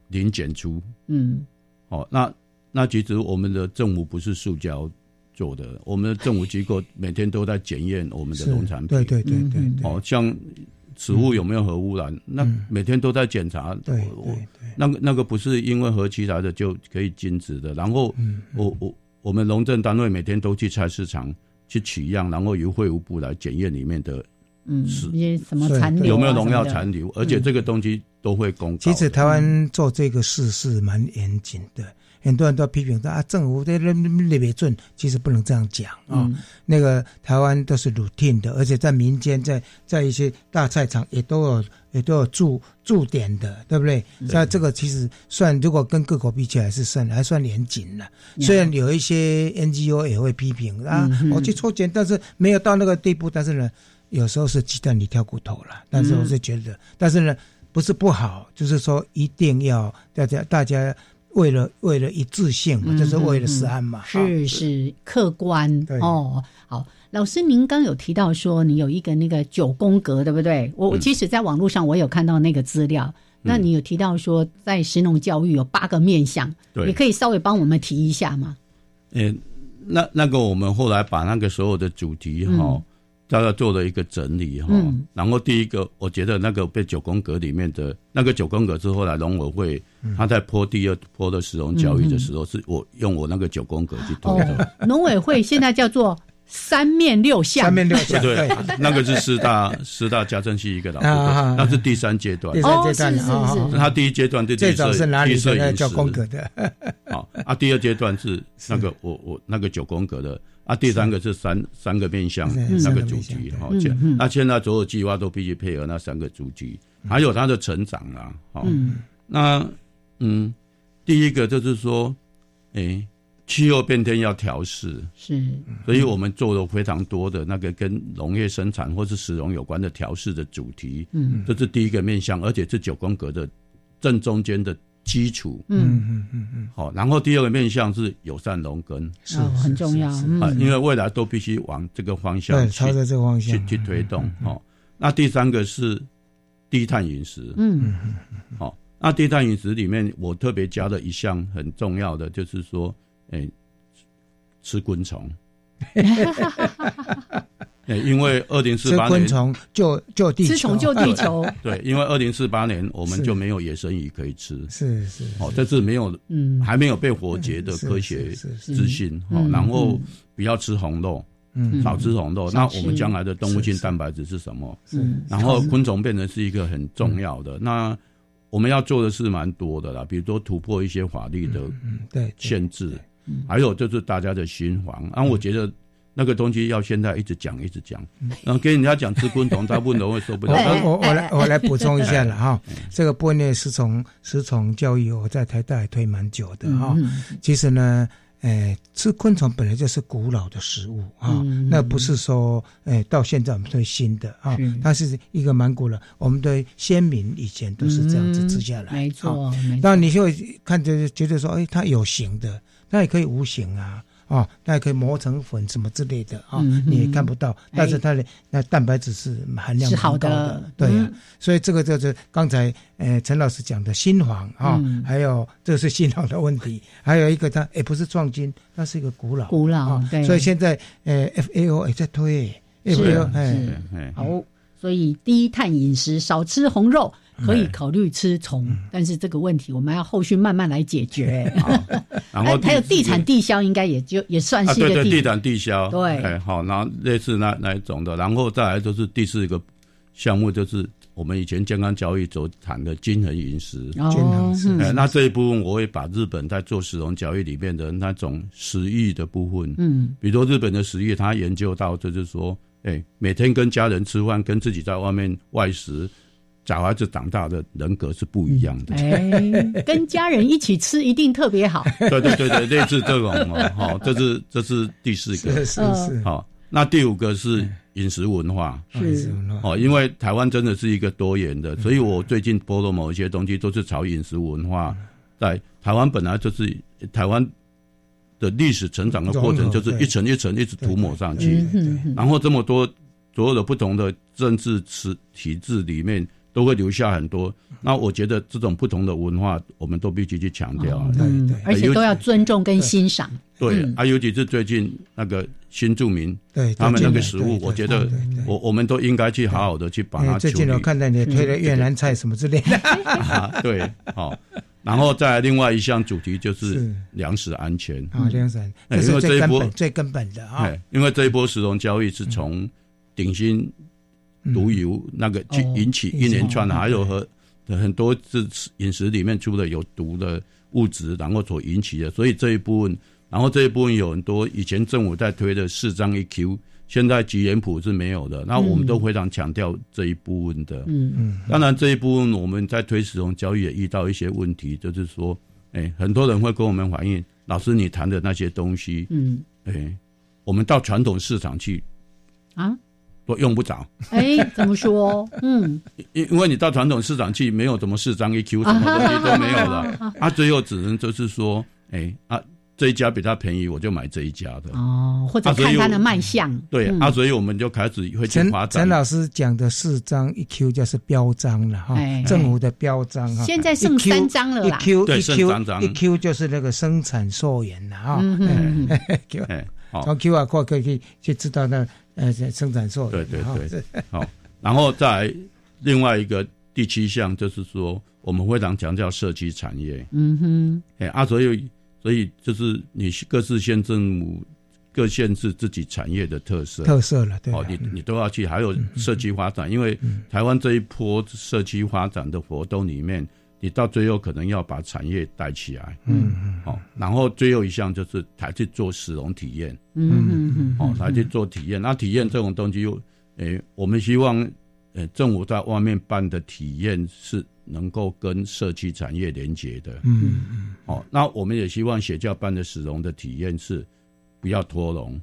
Speaker 6: 零检出
Speaker 2: 嗯
Speaker 6: 哦。那那其实我们的政府不是塑胶做的，我们的政府机构每天都在检验我们的
Speaker 3: 是
Speaker 6: 农产品，
Speaker 3: 对对
Speaker 2: 嗯
Speaker 3: 对对对，嗯
Speaker 6: 哦，像植物有没有核污染，那每天都在检查。
Speaker 3: 对
Speaker 6: 我
Speaker 3: 对
Speaker 6: 我那个那个不是因为核其来的就可以禁止的。然后
Speaker 3: 嗯
Speaker 6: 我我我们农政单位每天都去菜市场去取样，然后由会务部来检验里面的
Speaker 2: 嗯，
Speaker 6: 是
Speaker 2: 一些什么残留啊
Speaker 6: 有没有农药
Speaker 2: 什么的
Speaker 6: 残留，而且这个东西都会公告的。
Speaker 3: 嗯其实台湾做这个事是蛮严谨的，很多人都批评说啊，政府在那那边准，其实不能这样讲啊、
Speaker 2: 嗯
Speaker 3: 那个台湾都是 routine 的，而且在民间，在在一些大菜场也都有也都有驻驻点的，对不对？那这个其实算，如果跟各国比起来是算还算严谨了。虽然有一些 NGO 也会批评啊
Speaker 2: 嗯，哼
Speaker 3: 我去抽检，但是没有到那个地步，但是呢。有时候是鸡蛋里挑骨头了，但是我是觉得，但是呢，不是不好，就是说一定要大家大家为了为了一致性嘛，
Speaker 2: 嗯
Speaker 3: 就是为了食安嘛，啊
Speaker 2: 是是客观
Speaker 3: 对
Speaker 2: 哦。好，老师，您刚有提到说你有一个那个九宫格，对不对？我我
Speaker 6: 嗯
Speaker 2: 其实在网络上我有看到那个资料。那你有提到说，在食农教育有八个面向，
Speaker 6: 对
Speaker 2: 你可以稍微帮我们提一下吗？
Speaker 6: 诶、呃那那个我们后来把那个所有的主题哈、
Speaker 2: 嗯
Speaker 6: 大家做了一个整理哈、
Speaker 2: 嗯
Speaker 6: 然后第一个，我觉得那个被九宫格里面的那个九宫格是后来农委会、他在泼第二泼
Speaker 3: 嗯哦
Speaker 2: 哦
Speaker 6: 的石农教育的时候，是我用我那个九宫格去推的。
Speaker 2: 农委会现在叫做三面六项，
Speaker 3: 三面六项，
Speaker 6: 对
Speaker 3: 对，
Speaker 6: 那个是师大师大家政系一个老师，
Speaker 3: 啊啊
Speaker 6: 那是第三阶
Speaker 2: 哦
Speaker 6: 段
Speaker 3: 第。三阶段了啊
Speaker 2: 是是
Speaker 3: 啊
Speaker 2: 是
Speaker 6: 那他第一阶段对
Speaker 3: 最早是哪里
Speaker 6: 绿色
Speaker 3: 的？
Speaker 6: 饮
Speaker 3: 那
Speaker 6: 食
Speaker 3: 叫宫格的，
Speaker 2: 嗯
Speaker 3: 嗯
Speaker 6: 好 啊，第二阶段是那个我我那个九宫格的啊，第三个是三三个面向
Speaker 3: 嗯
Speaker 6: 那个
Speaker 3: 三个
Speaker 6: 主
Speaker 3: 面向
Speaker 6: 题
Speaker 3: 对
Speaker 6: 好，
Speaker 2: 嗯
Speaker 6: 这
Speaker 2: 嗯
Speaker 6: 那现在所有计划都必须配合那三个主题，还有他的成长啊，好，
Speaker 2: 嗯
Speaker 6: 那嗯，第一个就是说，诶，气候变天要调试，
Speaker 2: 是嗯
Speaker 6: 所以我们做了非常多的那个跟农业生产或是食农有关的调试的主题，
Speaker 2: 嗯
Speaker 6: 这是第一个面向，而且是九宫格的正中间的基础。
Speaker 2: 嗯，
Speaker 3: 嗯嗯嗯，
Speaker 6: 好，然后第二个面向是友善农耕
Speaker 3: 是
Speaker 2: 哦很重要，
Speaker 6: 啊，
Speaker 2: 嗯
Speaker 6: 因为未来都必须往这个方向
Speaker 3: 对，
Speaker 6: 去
Speaker 3: 朝着这个方
Speaker 6: 去
Speaker 3: 向
Speaker 6: 去推动
Speaker 3: 嗯。嗯
Speaker 6: 哦，那第三个是低碳饮食。
Speaker 2: 嗯
Speaker 6: 好，那低碳饮食里面，我特别加了一项很重要的，就是说，哎、吃昆 虫。哎、因为二零四
Speaker 3: 吃
Speaker 6: 八
Speaker 3: 昆
Speaker 6: 年，
Speaker 3: 虫就就地球，
Speaker 2: 吃虫救地球，
Speaker 6: 对，因为二零四八年我们
Speaker 3: 是
Speaker 6: 就没有野生鱼可以吃，
Speaker 3: 啊是是是
Speaker 6: 哦，这是没有
Speaker 2: 嗯，
Speaker 6: 还没有被活结的
Speaker 3: 是
Speaker 6: 科
Speaker 3: 是
Speaker 6: 学
Speaker 3: 是是
Speaker 6: 资讯，
Speaker 2: 嗯
Speaker 6: 哦，
Speaker 2: 嗯
Speaker 6: 然后
Speaker 2: 嗯
Speaker 6: 不要吃红肉，
Speaker 3: 嗯
Speaker 6: 少吃红肉，
Speaker 2: 少
Speaker 6: 那
Speaker 2: 吃
Speaker 6: 我们将来的动物性
Speaker 3: 是是
Speaker 6: 蛋白质是什么？
Speaker 2: 嗯
Speaker 6: 然后昆虫变成是一个很重要的，那我们要做的是蛮多的啦，比如说突破一些法律的
Speaker 3: 嗯对，对
Speaker 6: 限制，
Speaker 2: 嗯
Speaker 6: 还有就是大家的循环。然、后我觉得那个东西要现在一直讲一直讲，
Speaker 2: 嗯
Speaker 6: 然后跟人家讲吃昆虫，大部分人会 受不了。
Speaker 3: 我
Speaker 2: 哎
Speaker 6: 但
Speaker 3: 我我来我来补充一下
Speaker 6: 哎
Speaker 3: 了哈，这个波涅食虫食虫教育，我在台大也推蛮久的哈。
Speaker 2: 嗯
Speaker 3: 其实呢，呃，吃昆虫本来就是古老的食物啊、
Speaker 2: 嗯
Speaker 3: 那不是说，呃，到现在我们推新的啊、
Speaker 2: 是
Speaker 3: 它是一个蛮古老，我们的先民以前都是这样子吃下来，
Speaker 2: 嗯没
Speaker 3: 啊
Speaker 2: 错，没错，
Speaker 3: 那你就会看着觉得说，哎，它有形的，那也可以无形啊，哦，那也可以磨成粉什么之类的啊、
Speaker 2: 嗯嗯
Speaker 3: 你也看不到，但是
Speaker 2: 哎
Speaker 3: 它的那蛋白质是含量
Speaker 2: 是
Speaker 3: 蛮
Speaker 2: 好
Speaker 3: 高
Speaker 2: 的
Speaker 3: 对呀、
Speaker 2: 嗯
Speaker 3: 所以这个就是刚才呃陈老师讲的新房啊、
Speaker 2: 嗯
Speaker 3: 还有这是新房的问题，还有一个它也哎不是创新，它是一个古老
Speaker 2: 古老
Speaker 3: 啊
Speaker 2: 对
Speaker 3: 所以现在呃 FAO 也在推
Speaker 2: 是
Speaker 3: FAO
Speaker 2: 是
Speaker 3: 哎。
Speaker 6: 哎，
Speaker 2: 好，所以低碳饮食，少吃红肉，可以考虑吃虫，但是这个问题我们要后续慢慢来解决。
Speaker 6: 然后
Speaker 2: 还有地产
Speaker 6: 地
Speaker 2: 地销，应该也就也算
Speaker 6: 啊，
Speaker 2: 是一
Speaker 6: 对
Speaker 2: 个
Speaker 6: 对，地
Speaker 2: 地
Speaker 6: 产地销，
Speaker 2: 对
Speaker 6: 哎，好，然后类似那那一种的，然后再来就是第四个项目，就是我们以前健康教育所谈的均衡饮食。
Speaker 3: 均衡是
Speaker 6: 哎，
Speaker 2: 嗯
Speaker 6: 那这一部分我会把日本在做食农教育里面的那种食欲的部分，
Speaker 2: 嗯
Speaker 6: 比如说日本的食欲，他研究到就是说，哎，每天跟家人吃饭，跟自己在外面外食，小孩子长大的人格是不一样的。
Speaker 2: 哎，跟家人一起吃一定特别好。
Speaker 6: 对对对对，类似这种哦，好、这是这是第四
Speaker 3: 是
Speaker 6: 个
Speaker 3: 是，是，
Speaker 6: 好、那第五个是饮食文化。
Speaker 2: 呃是
Speaker 3: 哎
Speaker 6: 哦，因为台湾真的是一个多元的，所以我最近播的某一些东西都是朝饮食文化。在台湾本来就是台湾的历史成长的过
Speaker 3: 融
Speaker 6: 程，
Speaker 3: 合
Speaker 6: 就是一层一层一直涂抹上去。
Speaker 3: 对
Speaker 2: 嗯
Speaker 3: 对
Speaker 2: 嗯嗯
Speaker 6: 然后这么多所有的不同的政治体体制里面，都会留下很多。那我觉得这种不同的文化，我们都必须去强调。
Speaker 3: 对
Speaker 2: 嗯
Speaker 3: 对
Speaker 2: 而且都要尊重跟欣赏。
Speaker 6: 对、
Speaker 2: 嗯
Speaker 6: 啊，尤其是最近那个新住民，
Speaker 3: 对
Speaker 6: 他们那个食
Speaker 3: 对
Speaker 6: 物
Speaker 3: 对，对
Speaker 6: 我觉得
Speaker 3: 对对对
Speaker 6: 我我们都应该去好好的去把它
Speaker 3: 哎最
Speaker 6: 处
Speaker 3: 近
Speaker 6: 理
Speaker 3: 我看到你推了越南菜什么之 类的，
Speaker 6: 啊。对，好、然后再来另外一项主题就是
Speaker 3: 是
Speaker 6: 粮食安全。
Speaker 3: 啊，梁生，
Speaker 6: 哎
Speaker 3: 这
Speaker 6: 因
Speaker 3: 是
Speaker 6: 为这
Speaker 3: 最
Speaker 6: 一
Speaker 3: 根
Speaker 6: 波
Speaker 3: 本、最根本的啊
Speaker 6: 哎，，因为这一波石龙交易是从鼎新
Speaker 3: 嗯
Speaker 6: 毒油那个去
Speaker 2: 哦
Speaker 6: 引起一连串的，还有和很多是饮食里面出的有毒的物质，然后所引起的，所以这一部分，然后这一部分有很多以前政府在推的四张一 Q，现在吉原谱是没有的，那我们都非常强调这一部分的。
Speaker 2: 嗯，
Speaker 3: 嗯，
Speaker 6: 当然这一部分我们在推石龙交易也遇到一些问题，就是说，哎，很多人会跟我们反映，老师你谈的那些东西，
Speaker 2: 嗯
Speaker 6: 哎，我们到传统市场去
Speaker 2: 啊，
Speaker 6: 都用不着，
Speaker 2: 哎，怎么说？嗯，
Speaker 6: 因因为你到传统市场去没有什么四张 一 Q 什么东西都没有了，啊，最后只能就是说，哎啊，这一家比它便宜，我就买这一家的。
Speaker 2: 哦，或者
Speaker 6: 啊所以
Speaker 2: 看它的
Speaker 6: 我
Speaker 2: 卖相。
Speaker 6: 对
Speaker 2: 嗯
Speaker 6: 啊，所以我们就开始会去
Speaker 3: 陈
Speaker 6: 发
Speaker 3: 陈
Speaker 6: 展。
Speaker 3: 老师讲的四张一 Q 就是标章了哈
Speaker 2: 哎，
Speaker 3: 政府的标章哈。
Speaker 2: 现在剩三张了
Speaker 3: 一
Speaker 2: 啦。
Speaker 3: Q
Speaker 6: 对
Speaker 3: 一
Speaker 6: 剩
Speaker 3: Q
Speaker 6: 三张
Speaker 3: 一 Q 就是那个生产溯源了哈，哦
Speaker 2: 嗯嗯嗯，
Speaker 3: Q
Speaker 6: 啊哎，好、
Speaker 3: 从 QR code 可以去去知道那呃生产溯源。
Speaker 6: 对对
Speaker 3: 哈
Speaker 6: 对
Speaker 3: 这
Speaker 6: 好、然后再来另外一个第七项就是说，我们非常强调社区产业。哎
Speaker 2: 嗯哼，
Speaker 6: 哎啊，所以所以就是你各自县政府各县市自己产业的特色
Speaker 3: 特色了，对啊
Speaker 6: 哦，你
Speaker 3: 嗯
Speaker 6: 你都要去，还有社区发展，因为台湾这一波社区发展的活动里面，你到最后可能要把产业带起来，
Speaker 3: 嗯
Speaker 6: 嗯，哦，然后最后一项就是才去做使用体验，
Speaker 2: 嗯嗯
Speaker 6: 哦，才去做体验。那体验这种东西又，诶，我们希望，呃，政府在外面办的体验是能够跟社区产业连接的，
Speaker 3: 嗯嗯，
Speaker 6: 哦，那我们也希望邪教办的使用的体验是不要脱笼，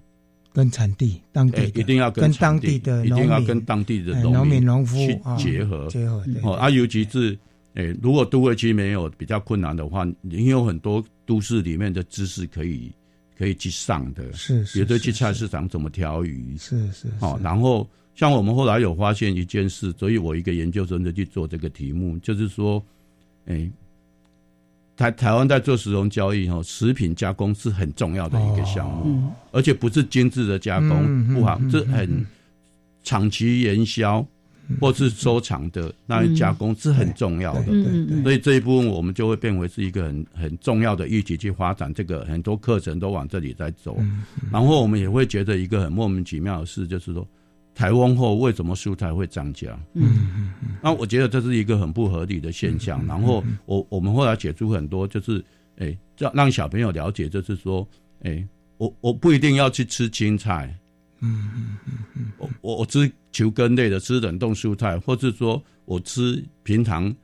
Speaker 3: 跟产地当
Speaker 6: 哎
Speaker 3: 地的
Speaker 6: 一定要
Speaker 3: 跟当
Speaker 6: 当
Speaker 3: 地的
Speaker 6: 一定
Speaker 3: 农
Speaker 6: 要
Speaker 3: 民
Speaker 6: 跟当地的
Speaker 3: 哎农民
Speaker 6: 民
Speaker 3: 农夫
Speaker 6: 去
Speaker 3: 啊
Speaker 6: 结合
Speaker 3: 结合对
Speaker 6: 哦，啊，尤其是诶、如果都会区没有比较困难的话，你有很多都市里面的知识可以可以去上的，
Speaker 3: 是是
Speaker 6: 有的
Speaker 3: 是
Speaker 6: 去菜市场怎么挑鱼，
Speaker 3: 是是
Speaker 6: 哦，然后像我们后来有发现一件事，所以我一个研究生就去做这个题目，就是说，哎，台台湾在做食农交易哦，食品加工是很重要的一个项目，
Speaker 11: 嗯
Speaker 6: 而且不是精致的加工、
Speaker 11: 嗯嗯
Speaker 6: 不好，
Speaker 11: 嗯
Speaker 6: 这
Speaker 11: 嗯嗯
Speaker 6: 很长期延销。或是收藏的那一加工是很重要的，
Speaker 11: 对
Speaker 2: 嗯
Speaker 11: 对对对
Speaker 6: 所以这一部分我们就会变为是一个很很重要的议题去发展。这个很多课程都往这里在走，
Speaker 11: 嗯
Speaker 6: 然后我们也会觉得一个很莫名其妙的事，就是说台风后为什么蔬菜会涨价？
Speaker 3: 嗯，
Speaker 6: 那我觉得这是一个很不合理的现象。然后
Speaker 3: 嗯
Speaker 6: 我我们后来解出很多，就是哎，让让小朋友了解，就是说，哎，我我不一定要去吃青菜，
Speaker 3: 嗯嗯嗯
Speaker 6: 我我我吃球根类的，吃冷冻蔬菜，或是说我吃平常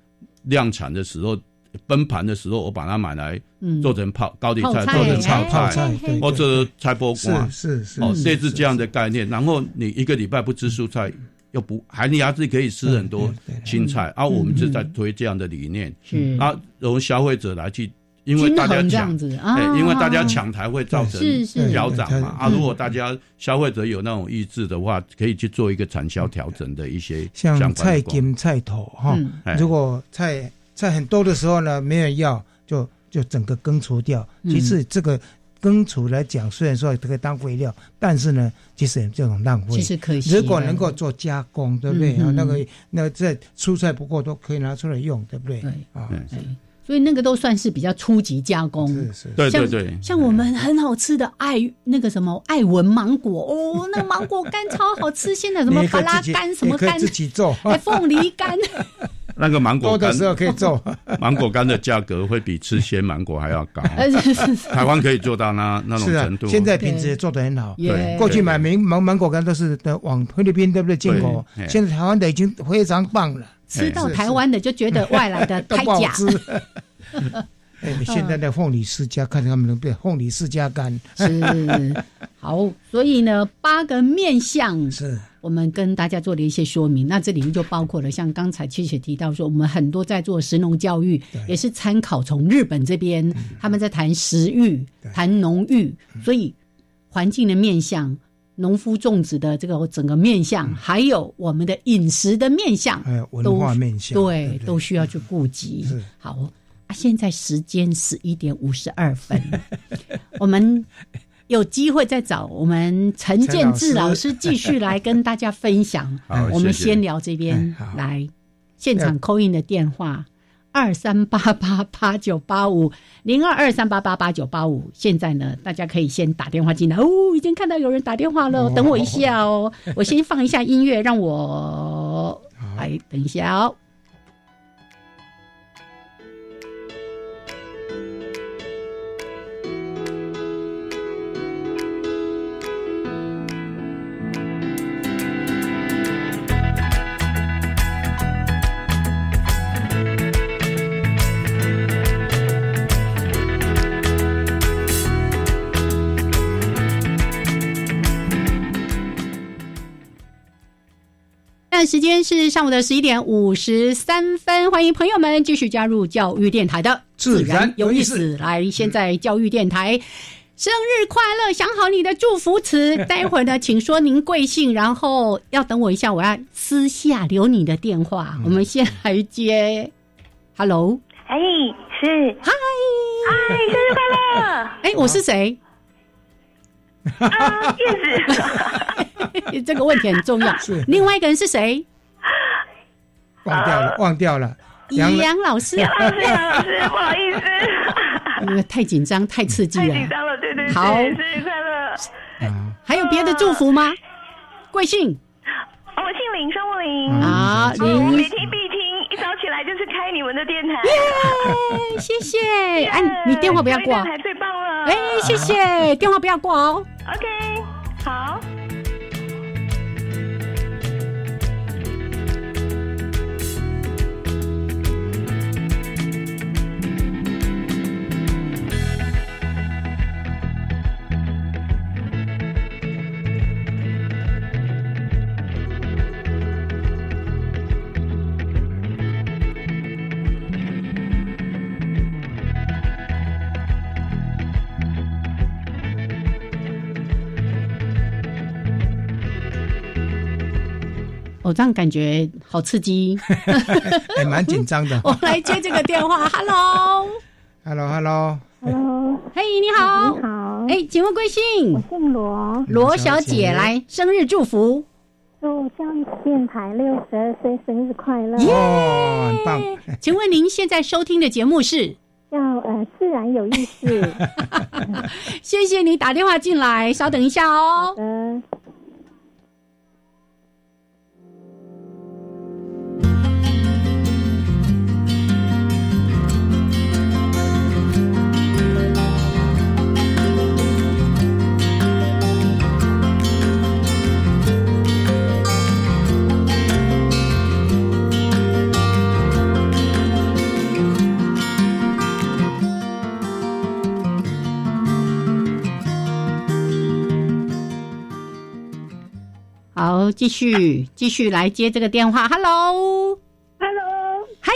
Speaker 6: 量产的时候。崩盘的时候，我把它买来
Speaker 3: 嗯
Speaker 6: 做成泡高丽菜，
Speaker 3: 泡菜
Speaker 6: 做成炒
Speaker 3: 哎泡菜对
Speaker 6: 或者菜包瓜，
Speaker 3: 是是是
Speaker 6: 哦，
Speaker 3: 是
Speaker 6: 类似这样的概念。然后你一个礼拜不吃蔬菜，又不还你还是可以吃很
Speaker 3: 嗯
Speaker 6: 多青菜啊。我们是在推这样的理念，
Speaker 2: 是
Speaker 6: 啊，由消费者来去，因为
Speaker 2: 均衡
Speaker 6: 大家
Speaker 2: 这
Speaker 6: 抢
Speaker 2: 样子啊
Speaker 6: 哎因为大家抢台会造成
Speaker 2: 是是
Speaker 6: 腰斩嘛啊。
Speaker 3: 嗯
Speaker 6: 如果大家消费者有那种意志的话，可以去做一个产销调整的一些相
Speaker 3: 像
Speaker 6: 关的
Speaker 3: 菜
Speaker 6: 管
Speaker 3: 金菜头哈
Speaker 6: 嗯哎，
Speaker 3: 如果菜菜很多的时候呢，没人要，就就整个根除掉。
Speaker 12: 嗯
Speaker 3: 其实这个根除来讲，虽然说这个当废料，但是呢，其实这种浪费，
Speaker 2: 其实可
Speaker 6: 啊
Speaker 2: 惜了
Speaker 3: 如果能够做加工，对不对？
Speaker 2: 嗯
Speaker 3: 啊，
Speaker 2: 嗯
Speaker 3: 那个那个这蔬菜不够都可以拿出来用，对不对？啊，
Speaker 2: 哎所以那个都算是比较初级加
Speaker 6: 嗯
Speaker 2: 工，
Speaker 6: 对
Speaker 2: 像
Speaker 6: 对对
Speaker 2: 像我们很好吃的爱那个什么爱文芒果 哦，那芒果干超好吃，现在什么
Speaker 6: 你也
Speaker 2: 巴
Speaker 6: 可以
Speaker 2: 拉
Speaker 6: 自己
Speaker 2: 干什么干哎
Speaker 6: 也可，以自 己做
Speaker 2: 还凤梨干，
Speaker 6: 那个芒 果
Speaker 3: 多
Speaker 6: 干
Speaker 3: 的时候可以做，
Speaker 6: 芒果干的价格会比吃鲜芒果还要 高
Speaker 2: 呃
Speaker 3: 哎是是。是
Speaker 6: 台湾可以做到 那那种
Speaker 3: 是啊
Speaker 6: 程度，，
Speaker 3: 现在品质也做得很好。
Speaker 6: 对
Speaker 3: 过去买芒芒芒果干都是的往菲律宾对不对进口
Speaker 6: 对，哎
Speaker 3: 现在台湾的已经非常棒了。
Speaker 2: 吃
Speaker 6: 哎
Speaker 2: 到
Speaker 3: 是
Speaker 2: 台湾的就觉得外来的
Speaker 3: 都
Speaker 2: 太
Speaker 3: 不好
Speaker 2: 假，
Speaker 3: 吃 哎，现在的凤梨世家，看他们能变凤梨世家干。
Speaker 2: 是好，所以呢，八个面向
Speaker 3: 是
Speaker 2: 我们跟大家做了一些说明。那这里面就包括了像刚才七姐提到说，我们很多在做食农教育，也是参考从日本这边他们在谈食育、谈农育，
Speaker 3: 嗯
Speaker 2: 所以环境的面向。农夫种植的这个整个面向，还有我们的饮食的面向，
Speaker 3: 还有嗯哎文
Speaker 2: 都
Speaker 3: 化面向嗯
Speaker 2: 对，都需要去顾及。好啊，现在时间十一点五十二分， 我们有机会再找我们陈建志老师继续来跟大家分享。
Speaker 13: 好
Speaker 2: 我们
Speaker 13: 谢谢
Speaker 2: 先聊这边
Speaker 13: 哎好哎
Speaker 2: 来，现场扣印的电话二三八八八九八五零二二三八八八九八五。现在呢，大家可以先打电话进来。哦，已经看到有人打电话了，等我一下哦，我先放一下音乐，让我来等一下哦。现在时间是上午的十一点五十三分，欢迎朋友们继续加入教育电台的
Speaker 3: 自然
Speaker 2: 有
Speaker 3: 有意
Speaker 2: 意
Speaker 3: 思
Speaker 2: 思。来，现在教育电台。生日快乐！想好你的祝福 词，待会儿呢，请说您贵姓，然后要等我一下，我要私下留你的电话。
Speaker 3: 嗯
Speaker 2: 我们先来接，Hello，
Speaker 14: 哎，是，
Speaker 2: 嗨，
Speaker 14: 嗨，生日快乐！
Speaker 2: 哎，我是谁？
Speaker 14: 啊，叶子，
Speaker 2: 这个问题很重要。
Speaker 3: 是
Speaker 2: 另外一个人是谁？
Speaker 3: 忘掉了，忘掉了。
Speaker 2: 杨老师。啊
Speaker 14: 老师，杨老师，不好意 思，
Speaker 2: 因为太紧张、太刺激
Speaker 14: 太
Speaker 2: 了。
Speaker 14: 紧张了，对对对，
Speaker 2: 好
Speaker 14: 生日快乐！
Speaker 2: 哎还有别的祝福吗？贵姓？
Speaker 14: 哦，我姓林，双木林
Speaker 2: 啊
Speaker 14: 哦
Speaker 2: 林
Speaker 14: 我每天必听，一早起来就是开你们的电台，
Speaker 2: 耶，谢谢。哎、你电话不要
Speaker 14: 各位
Speaker 2: 挂
Speaker 14: 电。台最棒了，
Speaker 2: 哎，谢谢，电话不要挂哦。
Speaker 14: ，OK，好。
Speaker 2: 我、哦这样感觉好刺 激。
Speaker 3: 还哎蛮紧张的。
Speaker 13: 哦
Speaker 2: 我来接这个电话，Hello，
Speaker 3: Hello，Hello，
Speaker 12: Hello，
Speaker 2: 嘿、你好，
Speaker 12: 你好，
Speaker 2: 哎、请问贵姓？
Speaker 12: 姓罗，
Speaker 2: 罗小姐，来生日祝 福。
Speaker 12: 祝教育电台六十二岁生日快乐！
Speaker 3: 哦，很棒，
Speaker 2: 请问您现在收听的节目是？
Speaker 12: 要呃自然有意识。
Speaker 2: 谢谢你打电话进来，稍等一下哦。
Speaker 12: 嗯，
Speaker 2: 好，继续继续来接这个电话，Hello，
Speaker 14: Hello，
Speaker 2: 嗨，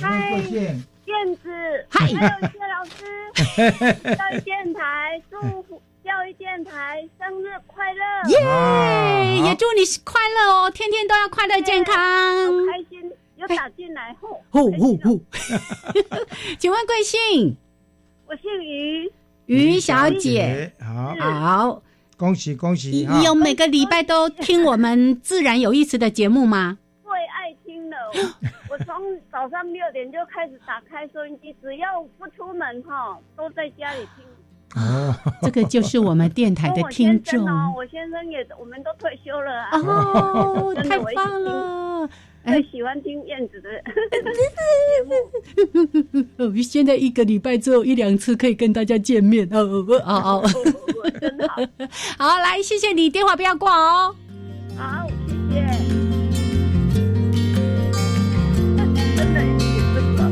Speaker 3: 哎
Speaker 14: 嗨，
Speaker 3: 燕
Speaker 14: 子，
Speaker 2: 嗨
Speaker 14: 还有谢老师， 教育电台祝福教育电台生日快乐，
Speaker 2: 耶、
Speaker 14: 啊好
Speaker 2: 也祝你快乐哦，天天都要快乐健康。
Speaker 14: 好开心，有打进来后，
Speaker 2: 呼呼
Speaker 14: 哦
Speaker 2: 呼！请问贵姓？
Speaker 14: 我姓于，
Speaker 2: 于小姐。
Speaker 3: 好，啊
Speaker 2: 好，
Speaker 3: 恭喜恭喜
Speaker 2: 你有每个礼拜都听我们自然有意思的节 目吗？
Speaker 14: 最爱听的，我我从早上六点就开始打开收音机，只要不出门哈，都在家里听。
Speaker 3: 哦，
Speaker 2: 这个就是我们电台
Speaker 14: 跟
Speaker 2: 的
Speaker 14: 我
Speaker 2: 听
Speaker 14: 先
Speaker 2: 众
Speaker 14: 生哦，我先生也，我们都退休了啊，
Speaker 2: 哦，
Speaker 14: 真
Speaker 2: 太
Speaker 14: 的我一直
Speaker 2: 棒了！
Speaker 14: 听，最喜欢听燕子的。
Speaker 2: 哦现在一个礼拜只有一两次可以跟大家见面，哦哦哦 哦哦，好，来，谢谢你，电话不要挂哦。
Speaker 14: 好，谢谢。真的也是不错。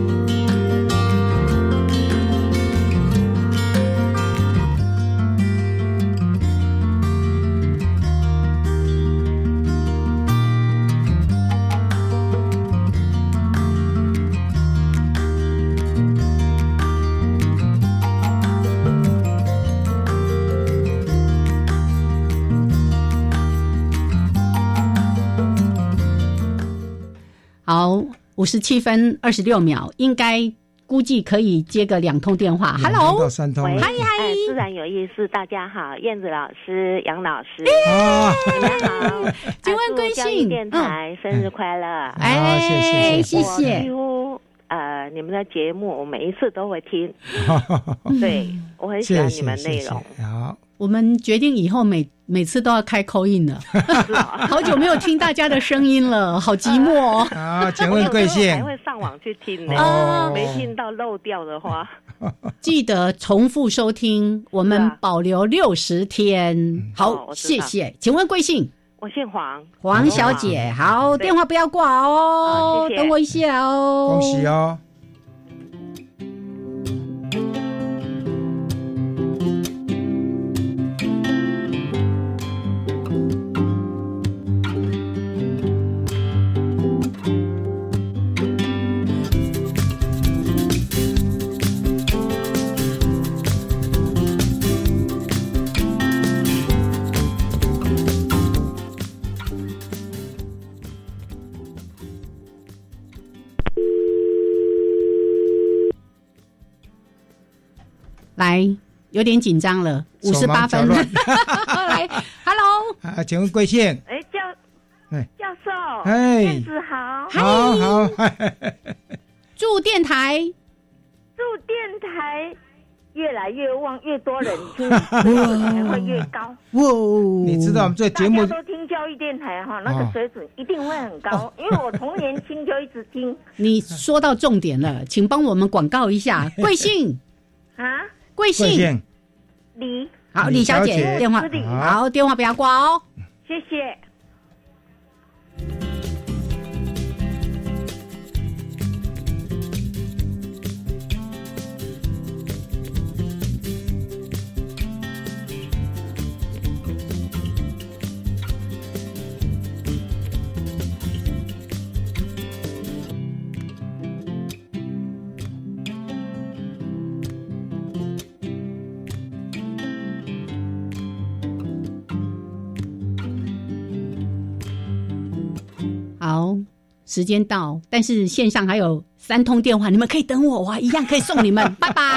Speaker 2: 好，五十七分二十六秒，应该估计可以接个两通电话。Hello，
Speaker 3: 到三通了，
Speaker 2: 嗨嗨，
Speaker 13: 哎，自然有意思，大家好，燕子老师、杨老师，
Speaker 3: 啊，
Speaker 13: 你们好，
Speaker 2: 请问
Speaker 13: 啊祝
Speaker 2: 贵
Speaker 13: 教育
Speaker 2: 姓嗯
Speaker 13: 电台生日快乐！
Speaker 3: 嗯哎谢谢谢谢
Speaker 13: 我几乎呃你们的节目我每一次都会 听，对我很喜
Speaker 3: 谢
Speaker 13: 欢
Speaker 3: 谢
Speaker 13: 你们
Speaker 3: 谢
Speaker 13: 内
Speaker 3: 谢，
Speaker 13: 容，
Speaker 3: 好，
Speaker 2: 我们决定以后每每次都要开口音 了，好久没有听大家的声音了，好寂寞 哦。
Speaker 3: 好，啊请问贵
Speaker 13: 我有时候
Speaker 3: 姓
Speaker 13: 还？会上网去听呢
Speaker 3: 哦，
Speaker 13: 没听到漏掉的话，
Speaker 2: 记得重复收听，我们保留六十天。
Speaker 13: 哦
Speaker 2: 好，
Speaker 13: 啊我知
Speaker 2: 谢
Speaker 13: 道
Speaker 2: 谢。请问贵姓？
Speaker 13: 我姓黄，
Speaker 2: 黄小姐，好，
Speaker 13: 对
Speaker 2: 电话不要挂哦
Speaker 13: 好，谢谢
Speaker 2: 等我一下哦。
Speaker 3: 恭喜！哦，
Speaker 2: 来，有点紧张了，五十
Speaker 3: 手忙
Speaker 2: 八
Speaker 3: 脚
Speaker 2: 分。
Speaker 3: 乱
Speaker 2: 来，Hello，
Speaker 13: 哦
Speaker 3: 啊，请问贵姓？
Speaker 14: 哎，教
Speaker 3: 哎
Speaker 14: 教授，
Speaker 3: 哎
Speaker 14: 燕子好，
Speaker 3: 好好，
Speaker 2: 祝电台
Speaker 14: 祝电台
Speaker 13: 越来越旺，越多人 听，才会越高。哇！
Speaker 3: 你知道我们这节目啊
Speaker 13: 大家都听教育电台哈，那个水准一定会很
Speaker 3: 哦
Speaker 13: 高，因为我从年轻就一直听。
Speaker 2: 你说到重点 了，请帮我们广告一下贵姓
Speaker 13: 啊？
Speaker 2: 贵姓？
Speaker 13: 李。
Speaker 2: 好，李小姐电话，好，电话不要挂哦。
Speaker 13: 谢谢。
Speaker 2: 好，时间到，但是线上还有三通电话，你们可以等我，我一样可以送你们，拜拜。